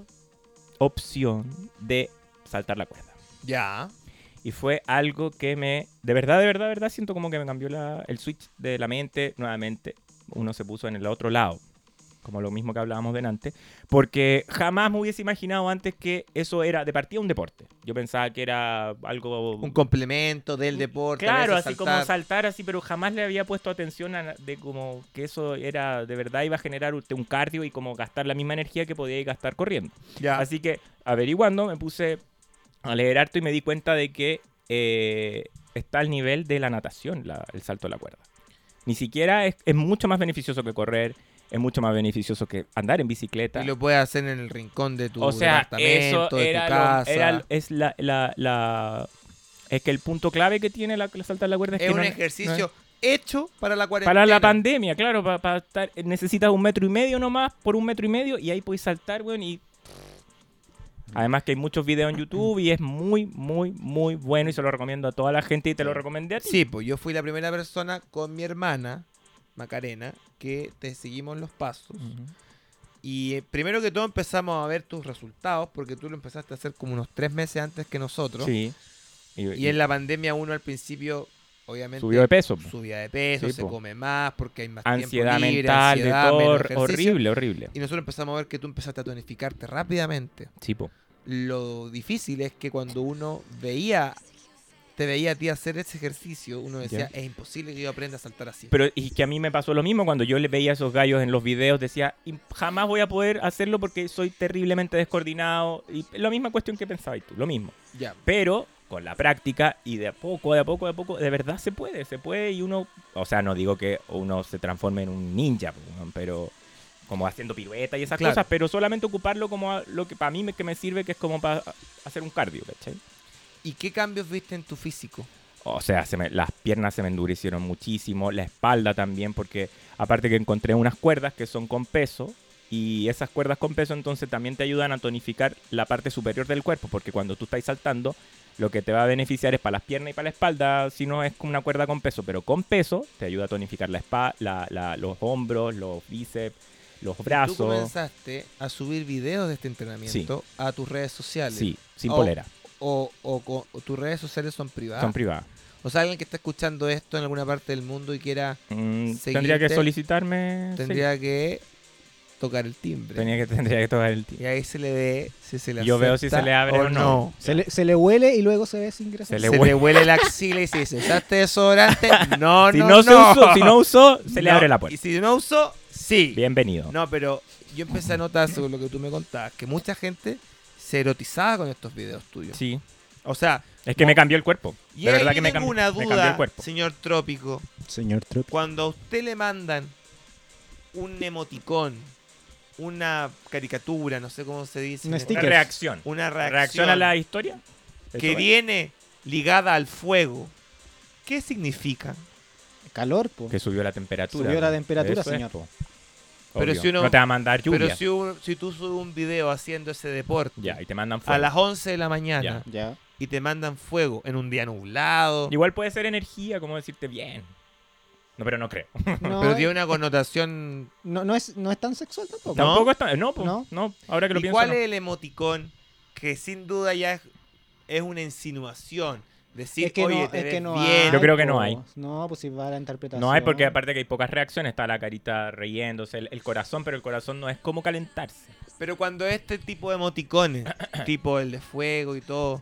opción de saltar la cuerda.
Ya.
Y fue algo que me, de verdad, de verdad, de verdad, siento como que me cambió la- el switch de la mente nuevamente. Uno se puso en el otro lado, como lo mismo que hablábamos delante, porque jamás me hubiese imaginado antes que eso era de partida un deporte. Yo pensaba que era algo...
Un complemento del deporte. a
Claro,
veces
así como
saltar.
saltar así, pero jamás le había puesto atención a de como que eso era de verdad iba a generar un un cardio y como gastar la misma energía que podía gastar corriendo.
Ya.
Así que averiguando me puse a leer harto y me di cuenta de que eh, está al nivel de la natación la- el salto a la cuerda. Ni siquiera es, es mucho más beneficioso que correr, es mucho más beneficioso que andar en bicicleta.
Y lo puedes hacer en el rincón de tu
o sea, eso
departamento, de
era,
tu
lo-
casa.
era- es la, la- la- es que el punto clave que tiene la, la salta a la cuerda es,
es
que
un
no- no
ejercicio hecho para la cuarentena.
para la pandemia, claro, para, estar necesitas un metro y medio nomás por un metro y medio y ahí podéis saltar, weón, y Además que hay muchos videos en YouTube y es muy, muy, muy bueno y se lo recomiendo a toda la gente y te lo recomendé a ti.
Sí, pues yo fui la primera persona con mi hermana, Macarena, que te seguimos los pasos. Y eh, primero que todo empezamos a ver tus resultados, porque tú lo empezaste a hacer como unos tres meses antes que nosotros.
Sí. Y,
Y en la pandemia uno al principio, obviamente,
subió de peso. po.
subía de peso,
Sí,
se
po.
come más, porque hay más
Ansiedad
tiempo libre,
mental,
ansiedad,
de todo,
menos
hor-
ejercicio.
horrible, horrible.
Y nosotros empezamos a ver que tú empezaste a tonificarte rápidamente.
Sí, po.
Lo difícil es que cuando uno veía, te veía a ti hacer ese ejercicio, uno decía, es imposible que yo aprenda a saltar así.
Pero y que a mí me pasó lo mismo cuando yo le veía a esos gallos en los videos, decía, "Y jamás voy a poder hacerlo porque soy terriblemente descoordinado. Y la misma cuestión que pensabas tú, lo mismo.
ya.
Pero con la práctica y de a poco, de a poco, de a poco, de verdad se puede, se puede y uno, o sea, no digo que uno se transforme en un ninja, pues, weón, pero como haciendo piruetas y esas
Claro.
cosas, pero solamente ocuparlo como a- lo que para mí me, que me sirve, que es como para hacer un cardio, ¿cachai?
¿Y qué cambios viste en tu físico?
O sea, se me- las piernas se me endurecieron muchísimo, la espalda también, porque aparte que encontré unas cuerdas que son con peso, y esas cuerdas con peso entonces también te ayudan a tonificar la parte superior del cuerpo, porque cuando tú estás saltando, lo que te va a beneficiar es para las piernas y para la espalda, si no es como una cuerda con peso, pero con peso te ayuda a tonificar la espa- la- la- los hombros, los bíceps, los
Tú
brazos.
comenzaste a subir videos de este entrenamiento a tus redes sociales.
Sí, sin
Oh,
polera,
O, o co- o tus redes sociales son privadas.
son privadas.
o sea, alguien que está escuchando esto en alguna parte del mundo y quiera,
Mm, tendría
seguirte-
que solicitarme... sí.
tendría que tocar el timbre.
Tenía que, tendría que tocar el tiempo.
Y ahí se le ve si se le
Yo veo si
acepta
se le abre o no.
Se le, se le huele y luego se ve sin grasa.
Se,
Se le
le
huele.
huele la axila y se dice, ¿usaste
[LAUGHS]
desodorante? No,
Si
no, no.
no, se usó, si no usó, se le
No,
abre la
Y
puerta.
si no usó, sí.
Bienvenido.
No, pero yo empecé a notar, según lo que tú me contabas, que mucha gente se erotizaba con estos videos tuyos.
Sí.
O sea,
Es que me cambió el cuerpo.
y
de
ahí
verdad
yo
que me
tengo
cambió,
una
me cambió el
duda,
cuerpo.
señor Trópico.
Señor Trupp.
Cuando a usted le mandan un emoticón, una caricatura, no sé cómo se dice,
Un
Una
sticker.
reacción.
una reacción,
Reacción a la historia.
que
Eso
viene ligada al fuego, ¿qué significa?
Calor, po.
es. Que subió la temperatura.
Subió la
¿no?
temperatura,
Eso es,
señor.
po.
Pero
Obvio.
si uno-
No te va a mandar lluvia.
Pero si, un- si tú subes un video haciendo ese deporte
Ya, y te mandan fuego.
a las 11 de la mañana
[LAUGHS]
Ya.
y te mandan fuego en un día nublado,
Igual puede ser energía, como decirte bien. No, pero no eh. creo.
No,
pero tiene una connotación...
no, no es, no es tan sexual tampoco.
Tampoco está. No, po,
No.
no. Ahora que lo
¿Y
pienso.
cuál
no.
es el emoticón que sin duda ya es, es una insinuación? Decir,
es que
oye,
no,
te
es que
ves
no
bien.
hay,
Yo creo que no
pues.
hay.
No, pues si va a la interpretación.
No hay porque aparte que hay pocas reacciones, está la carita reyéndose, el, el corazón, pero el corazón no es como calentarse.
Pero cuando este tipo de
[CLEARS THROAT]
emoticones, tipo el de fuego y todo,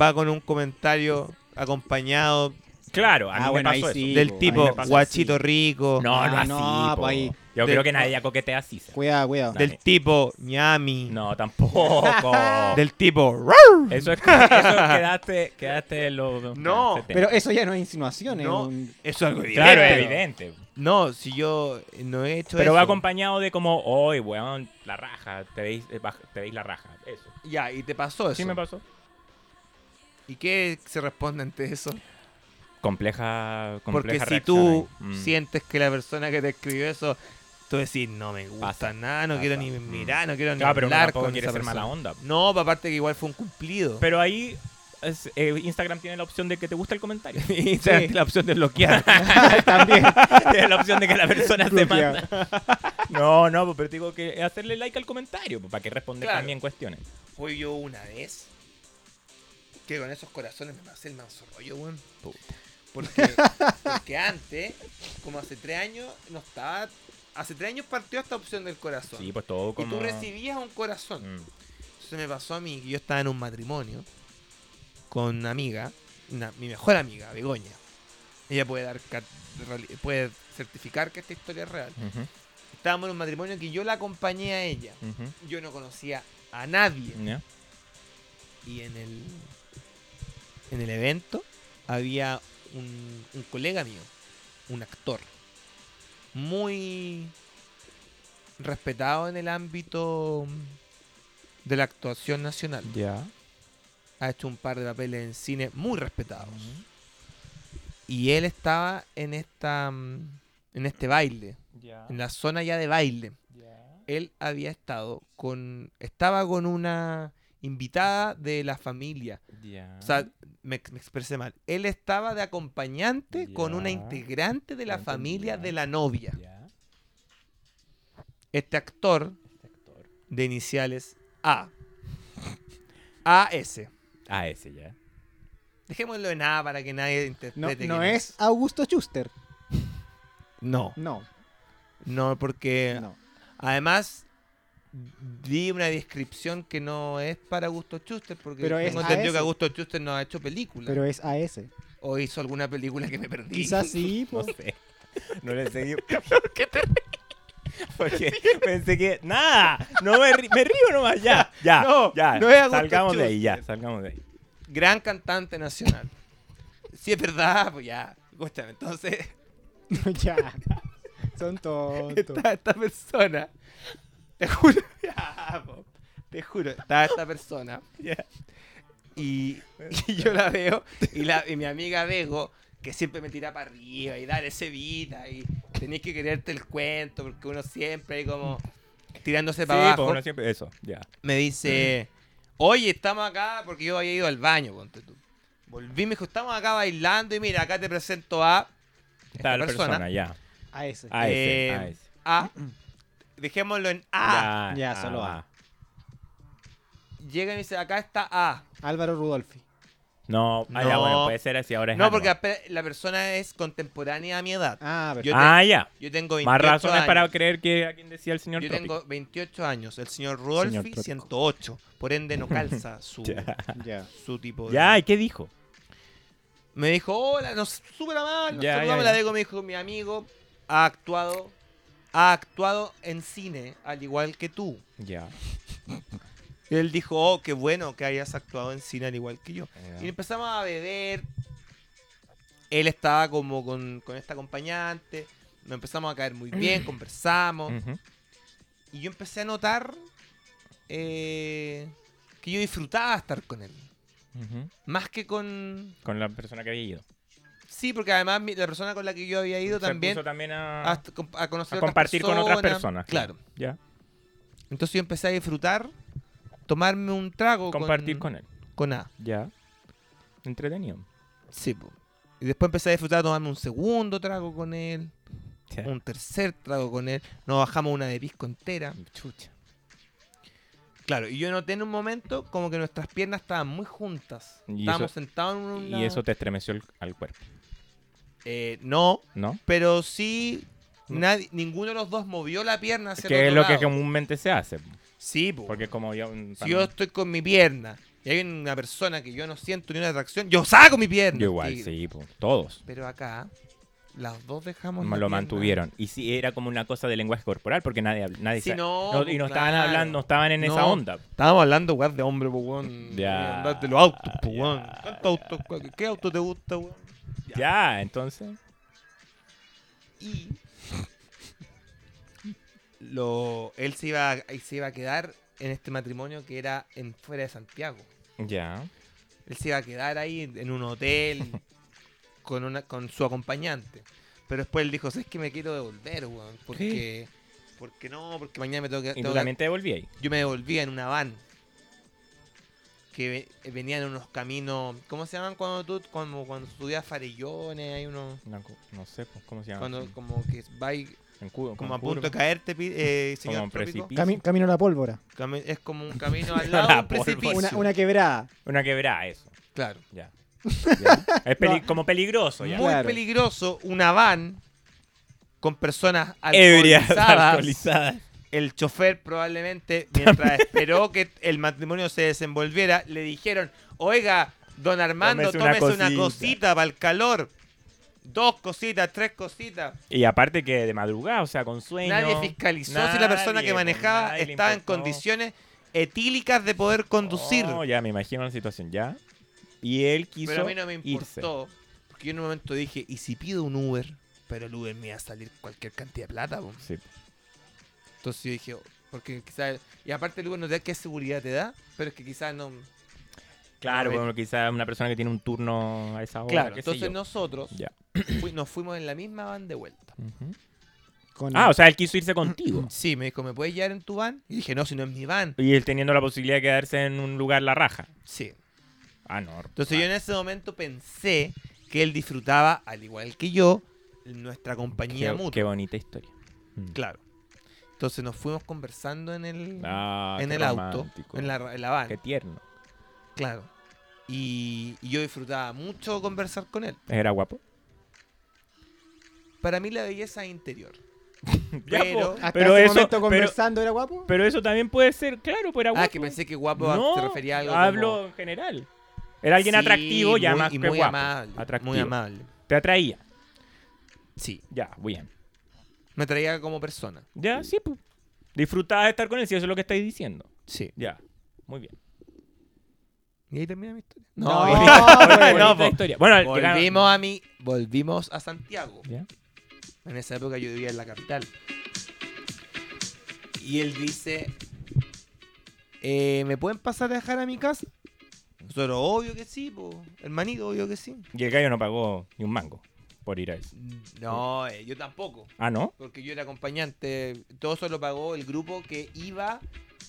va con un comentario acompañado
Claro, a mí
Ah,
me
bueno, ahí
pasó eso.
sí.
del
po,
tipo
a mí me pasa
guachito
así.
rico,
No, no
Ah,
así,
no,
po.
pues ahí-
Yo
del-
creo que nadie coquetea así. César.
Cuidado, cuidado.
Dale.
del tipo ñami,
[LAUGHS] No, tampoco.
del tipo...
Eso es que eso quedaste, quedaste en lo-
No,
en ese tema.
Pero eso ya no es insinuaciones.
No,
[LAUGHS]
eso es algo
claro, es
evidente.
evidente.
No, si yo no he hecho
Pero
eh, eso.
va acompañado de como, hoy, weón, la raja, te veis, eh, baj- te veis la raja. Eso.
Ya, y te pasó eso.
Sí me pasó.
¿Y qué se responde ante eso?
Compleja, compleja
Porque si
reacción
tú
ahí. Mm.
sientes que la persona que te escribió eso, tú decís, no me gusta
Pasa,
nada, no
pasa.
quiero ni
Mm.
mirar, no quiero ni
Claro, pero uno
hablar
tampoco
con
quiere
esa
ser mala
persona.
onda.
No, pa' aparte que igual fue un cumplido.
Pero ahí es- eh, Instagram tiene la opción de que te gusta el
[LAUGHS]
comentario.
y te da la opción de bloquear.
[LAUGHS] También.
[LAUGHS] tiene la opción de que la persona
[LAUGHS]
te
Bloqueado.
manda. No, no, pues, pero te digo que hacerle like al comentario, pues, para que responda
Claro.
también cuestiones.
Fue yo una vez que con esos corazones me pasé el manso rollo, weón.
[LAUGHS]
Porque, porque antes, como hace tres años, no estaba. Hace tres años partió esta opción del corazón.
Sí, pues todo
y
como...
tú recibías un corazón.
Mm.
Entonces me pasó a mí que yo estaba en un matrimonio con una amiga, una- mi mejor amiga, Begoña. Ella puede dar cat- reali- puede certificar que esta historia es real.
Ujú,
Estábamos en un matrimonio que yo la acompañé a ella.
ujú.
Yo no conocía a nadie.
Ya.
Y en el en el evento había un, un colega mío, un actor, muy respetado en el ámbito de la actuación nacional.
Ya.
ha hecho un par de papeles en cine muy respetados. Y él estaba en esta mm, en este baile,
Ya.
en la zona ya de baile.
Ya.
Él había estado con estaba con una invitada de la familia. O sea, me, me expresé mal. Él estaba de acompañante con una
Ya.
integrante de la
Ya entendí,
familia
ya.
de la novia.
Ya.
Este actor
Este actor.
de iniciales A. AS.
Ah, ese ya.
Dejémoslo en A para que nadie
No,
interprete.
no
que-
es Augusto Schuster.
No.
No,
No, porque
no.
además di una descripción que no es para Augusto Schuster, porque
Pero es
tengo
a
entendido que
ese.
Augusto Schuster no ha hecho películas.
Pero es AS.
[LAUGHS]
O hizo alguna película que me perdí.
Quizás
[LAUGHS]
sí,
No
pues.
sé. No le seguí. [LAUGHS] Porque pensé que. ¡Nada! No me, ri- me río nomás, ya. Ya.
No,
ya.
no es Augusto
salgamos de ahí,
Schuster.
ya. Salgamos de ahí.
Gran cantante nacional. si es verdad, pues ya. Escúchame, entonces
[LAUGHS] ya. Son
[LAUGHS]
tontos.
está esta persona. Te juro. [LAUGHS] ya, po, te juro, está esta persona.
Ya. [LAUGHS]
Y, y yo la veo y, la, y mi amiga Bego, que siempre me tira para arriba y dale ese vida y tenés que quererte el cuento porque uno siempre ahí como tirándose para
Sí,
abajo.
pues uno siempre. Eso, ya.
Me dice, oye, estamos acá porque yo había ido al baño, ponte tú. Volví, me dijo, estamos acá bailando y mira, acá te presento a esta
Tal persona,
persona.
ya.
AS.
A
Eh,
ese,
ah,
a ese. ah,
A- dejémoslo en A.
ya, solo A.
Llega y me dice, acá está A.
Álvaro Rudolfi.
No, ah, ya,
No.
bueno, puede ser así, ahora es
No,
algo.
porque ape- la persona es contemporánea a mi edad.
Ah,
Yo
perfecto.
te-
Ah, ya.
Yo tengo 28
Más razones
años.
para creer que a quien decía el señor
Yo
Tropic.
tengo 28 años. El señor
Señor
Rudolfi,
Trópico.
108. Por ende,
[LAUGHS]
no calza su,
Ya.
Ya.
su tipo de...
Ya, ¿y qué dijo?
Me dijo, hola, nos súper amable, nos
Ya,
saludamos,
ya, ya.
la digo, me dijo, mi amigo ha actuado, ha actuado en cine, al igual que tú.
Ya.
Y él dijo, oh, qué bueno que hayas actuado en cine al igual que yo. Y empezamos a beber. Él estaba como con, con esta acompañante. Nos empezamos a caer
[CLEARS THROAT]
muy bien, conversamos.
Ujú.
Y yo empecé a notar eh, que yo disfrutaba estar con él.
Ujú.
Más que con...
Con la persona que había ido.
Sí, porque además mi- la persona con la que yo había ido
Se
también
puso también a,
a, a conocer
a
otras
compartir con otras personas.
Claro.
Ya.
Entonces yo empecé a disfrutar, tomarme un trago
Compartir con él.
con A.
Ya. Entretenido.
Sí, po. Y después empecé a disfrutar, tomarme un segundo trago con él,
Ya.
un tercer trago con él. Nos bajamos una de pisco entera.
Chucha.
Claro, y yo noté en un momento como que nuestras piernas estaban muy juntas.
Y
Estábamos
eso-
sentados en un
Y
lado.
eso te estremeció el- al cuerpo,
Eh, no,
¿no?
pero sí
Mm.
nadie, ninguno de los dos movió la pierna hacia el
Que es
otro
lo que
lado.
comúnmente se hace.
Sí, po.
Porque es como mm, ya un...
si yo estoy con mi pierna y hay una persona que yo no siento ni una atracción, yo saco mi pierna.
Yo igual,
tigre.
sí, po, todos.
Pero acá, las dos dejamos. la
Lo
pierna.
mantuvieron. Y sí, era como una cosa de lenguaje corporal, porque nadie... habl- nadie
Sí,
sa-
no,
y no
pues,
estaban
claro.
hablando, no estaban en esa
No.
onda.
Estábamos hablando, weón, de hombre, po, weón.
Ya,
De andar De los autos, po,
ya.
weón. ¿Cuántos autos, cu- ¿Qué auto te gusta, weón?
Ya, entonces...
Y. Lo, él se iba, a- se iba a quedar en este matrimonio que era en fuera de Santiago.
Ya.
Él se iba a quedar ahí en en un
[LAUGHS]
hotel con, una, con su acompañante. Pero después él dijo, ¿sabes que me quiero devolver, weón? Porque, porque no, porque mañana me tengo que...
Y
tengo
tú
que-
también te devolví ahí.
Yo me devolví en una van. Que ve- venían unos caminos... ¿Cómo se llaman cuando tú cuando, cuando subías farellones? Hay unos...
No, co- no sé pues, cómo se llama.
Cuando
Sí.
como que va y-
En Cuba,
como
en
a punto de
curva.
caerte, pi- eh, señor
Como un
Trópico.
precipicio.
Cami- camino a la pólvora.
Cami- Es como un
[LAUGHS]
camino al lado de
La
un precipicio.
pólvora.
Una, una quebrada.
Una quebrada, eso.
Claro. [LAUGHS]
Ya. Ya. Es peli-
No.
como peligroso ya.
Muy
Claro.
peligroso una van con personas
Eh, Ebria, [LAUGHS]
alcoholizadas.
alcoholizada.
El chofer
[LAUGHS]
probablemente, mientras esperó que el matrimonio se desenvolviera, le dijeron, oiga, don Armando,
Tómese una
tómese una
cosita".
cosita para el calor. Dos cositas, tres cositas.
Y aparte que de madrugada, o sea, con sueño.
Nadie fiscalizó si la persona
nadie,
que
pues,
manejaba
nadie le
estaba en
importó.
condiciones etílicas de poder conducir.
Oh, ya me imagino la situación, ya. Y él quiso
Pero a mí no me
irse.
importó. Porque yo en un momento dije, ¿y si pido un Uber? Pero el Uber me iba a salir cualquier cantidad de plata. po.
Sí.
Entonces yo dije, oh, porque quizás... Y aparte el Uber no te da qué seguridad te da, pero es que quizás no...
Claro,
No,
bueno, quizás una persona que tiene un turno a esa hora.
Pues, Claro,
qué sé
entonces
yo.
nosotros
Ya.
[COUGHS] fui- nos fuimos en la misma van de vuelta.
Ujú.
Con
Ah, o sea, él quiso irse contigo.
Sí, me dijo, ¿me puedes llevar en tu van? Y dije, no, si no es mi van.
Y él teniendo la posibilidad de quedarse en un lugar la raja.
Sí.
Ah, no.
Entonces yo en ese momento pensé que él disfrutaba, al igual que yo, nuestra compañía
qué,
mutua.
qué bonita historia. Mm.
Claro. Entonces nos fuimos conversando en el,
Ah,
en
qué
el auto,
romántico.
en la, en la van,
Qué tierno.
claro. Y, y yo disfrutaba mucho conversar con él.
Era guapo.
Para mí la belleza es interior.
Ya,
Pero-
po,
Hasta
pero
ese
eso,
momento
pero-
conversando era guapo.
Pero eso también puede ser, claro, pues era guapo.
Ah, que pensé que guapo
No,
se refería a algo
hablo
como-
en general. Era alguien
Sí,
atractivo, ya
muy-
más
y
que
muy
guapo.
amable,
atractivo.
Muy amable.
Te atraía.
Sí,
Ya, bien.
me traía como persona.
Ya, sí, pues. Disfrutabas de estar con él, si eso es lo que estáis diciendo.
Sí.
Ya, muy bien.
Y ahí termina mi historia.
No,
y-
[LAUGHS] Bonita
no, po.
historia. Bueno, llegamos-
volvimos a mi, volvimos a Santiago.
Ya.
En esa época yo vivía en la capital. Y él dice, eh, ¿me pueden pasar a dejar a mi casa? Nosotros, obvio que sí, po. hermanito, obvio que sí.
Y el gallo no pagó ni un mango por ir a eso.
No, eh, yo tampoco,
Ah, ¿no?
porque yo era acompañante. Todo eso lo pagó el grupo que iba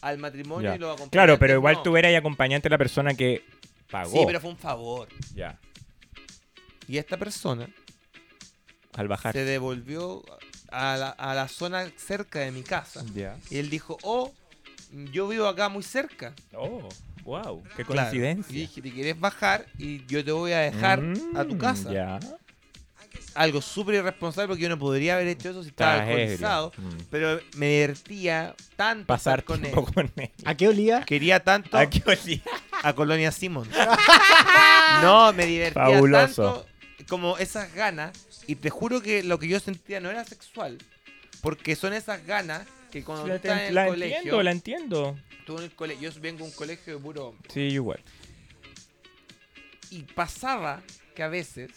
al matrimonio
Ya.
y lo acompañó.
Claro, pero igual tú eras y acompañante de la persona que pagó.
Sí, pero fue un favor.
Ya,
Y esta persona
al bajar.
se devolvió a la, a la zona cerca de mi casa.
Ya.
Y él dijo, oh, yo vivo acá muy cerca.
Oh, wow, qué
Claro.
coincidencia.
Y dije, te quieres bajar y yo te voy a dejar
Mm,
a tu casa.
Ya.
Algo súper irresponsable porque yo no podría haber hecho eso si estaba
Estabas ebrio.
alcoholizado.
Mm.
Pero me divertía tanto
Pasar
estar con él.
tiempo con él.
¿A qué olía?
Quería tanto
¿A qué olía?
a Colonia
[LAUGHS]
Simón. no, me divertía
Fabuloso.
tanto como esas ganas. Y te juro que lo que yo sentía no era sexual. Porque son esas ganas que cuando tú
La,
estás en
la
el
entiendo,
colegio,
la entiendo.
tú en el cole- yo vengo de un colegio de puro hombre.
Sí, igual.
Y pasaba que a veces,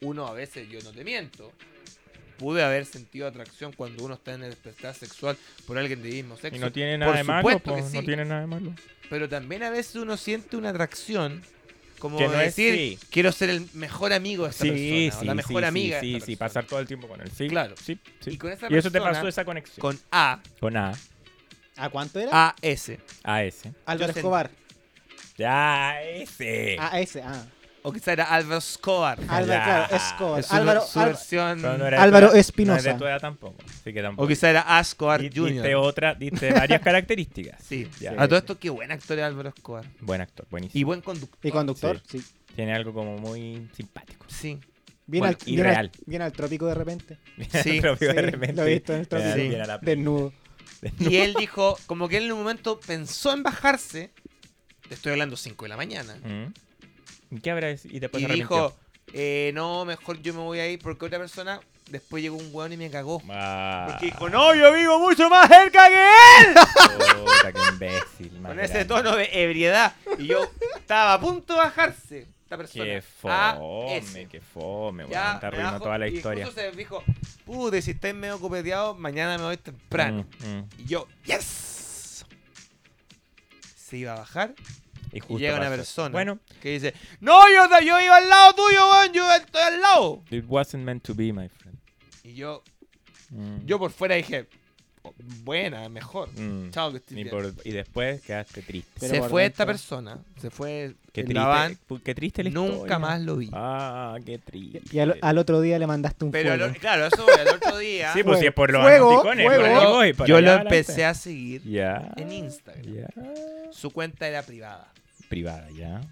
uno a veces, yo no te miento, pude haber sentido atracción cuando uno está en el despertar sexual por alguien de mismo sexo.
Y no tiene nada
Por
de malo,
supuesto que
po,
sí.
no tiene nada de malo.
Pero también a veces uno siente una atracción como
Que no es
decir,
sí.
quiero ser el mejor amigo de esta persona, o la mejor
sí,
amiga. de
Sí,
esta
sí,
persona.
pasar todo el tiempo con él. Sí,
Claro.
Sí, sí.
Y con esa
eso te
persona-
pasó esa conexión.
Con A,
Con A,
¿A cuánto
Ah,
era?
A, S.
AS.
yo
Álvaro
sent-
Escobar.
Ya, ese.
A ese, ah.
O quizá era Álvaro Escobar.
Álvaro,
Ya.
claro, Escobar.
Es su-
Álvaro,
su
Al-
versión-
Pero no era de
mm, Álvaro
tu edad-
Espinosa.
No es de tu edad tampoco. Así que tampoco.
O quizá era Asco Art
Di- Diste
Jr.
otra, diste
[LAUGHS]
varias características.
Sí.
Ya.
A todo esto, qué buen actor es Álvaro Escobar.
Buen actor, buenísimo.
Y buen conductor.
Y conductor, sí.
Tiene algo como muy simpático. [LAUGHS]
Sí.
Bien,
Bueno,
al,
y
bien al-
real.
bien al trópico de repente.
Sí,
Lo vio [LAUGHS]
Sí,
de repente.
Lo he visto en el
Bien,
trópico.
Sí.
bien a la-
Desnudo.
Y él dijo, como que él en un momento pensó en bajarse. Te estoy hablando 5 de la mañana.
¿Mm? ¿Y ¿Qué habrá? Y después
y
se
dijo,
arrepintió.
eh, no, mejor yo me voy a ir porque otra persona después llegó un weón y me cagó.
Ah,
Porque dijo, no, yo vivo mucho más cerca que
[LAUGHS]
él.
puta, qué
[LAUGHS]
imbécil. más
Con ese
grande.
tono de ebriedad. Y yo estaba a punto de bajarse esta persona.
Qué
A
fome,
ese.
qué fome,
Ya,
weón. Está
me
arruinando
bajo,
toda la
y
historia.
incluso se dijo, pude, si estáis medio copeteado, mañana me voy temprano.
Mm, mm.
Y yo, yes. Se iba a bajar
Y
y
justo
llega una
pasó.
persona
Bueno,
que dice, no, yo, yo iba al lado tuyo, weón, yo estoy al lado.
it wasn't meant to be, my friend.
Y yo,
Mm.
yo por fuera dije, "Oh, buena, mejor.
Mm.
Chao, que estés
Y,
bien".
por- y después quedaste triste.
Pero
Se
por
fue esta
dentro-
persona, se fue
Qué
en
triste.
la van,
pu- Qué triste la
nunca
historia.
más lo vi.
Ah, qué triste.
Y al, al otro día le mandaste un
Pero al
fuego.
o- claro, eso voy, al
[LAUGHS]
otro día.
Sí, pues si es por los
Fuego,
emoticones, por
fuego.
ahí voy, para
yo lo
allá adelante.
empecé a seguir
Ya.
en Instagram.
Ya.
Su cuenta era privada.
Privada, ya.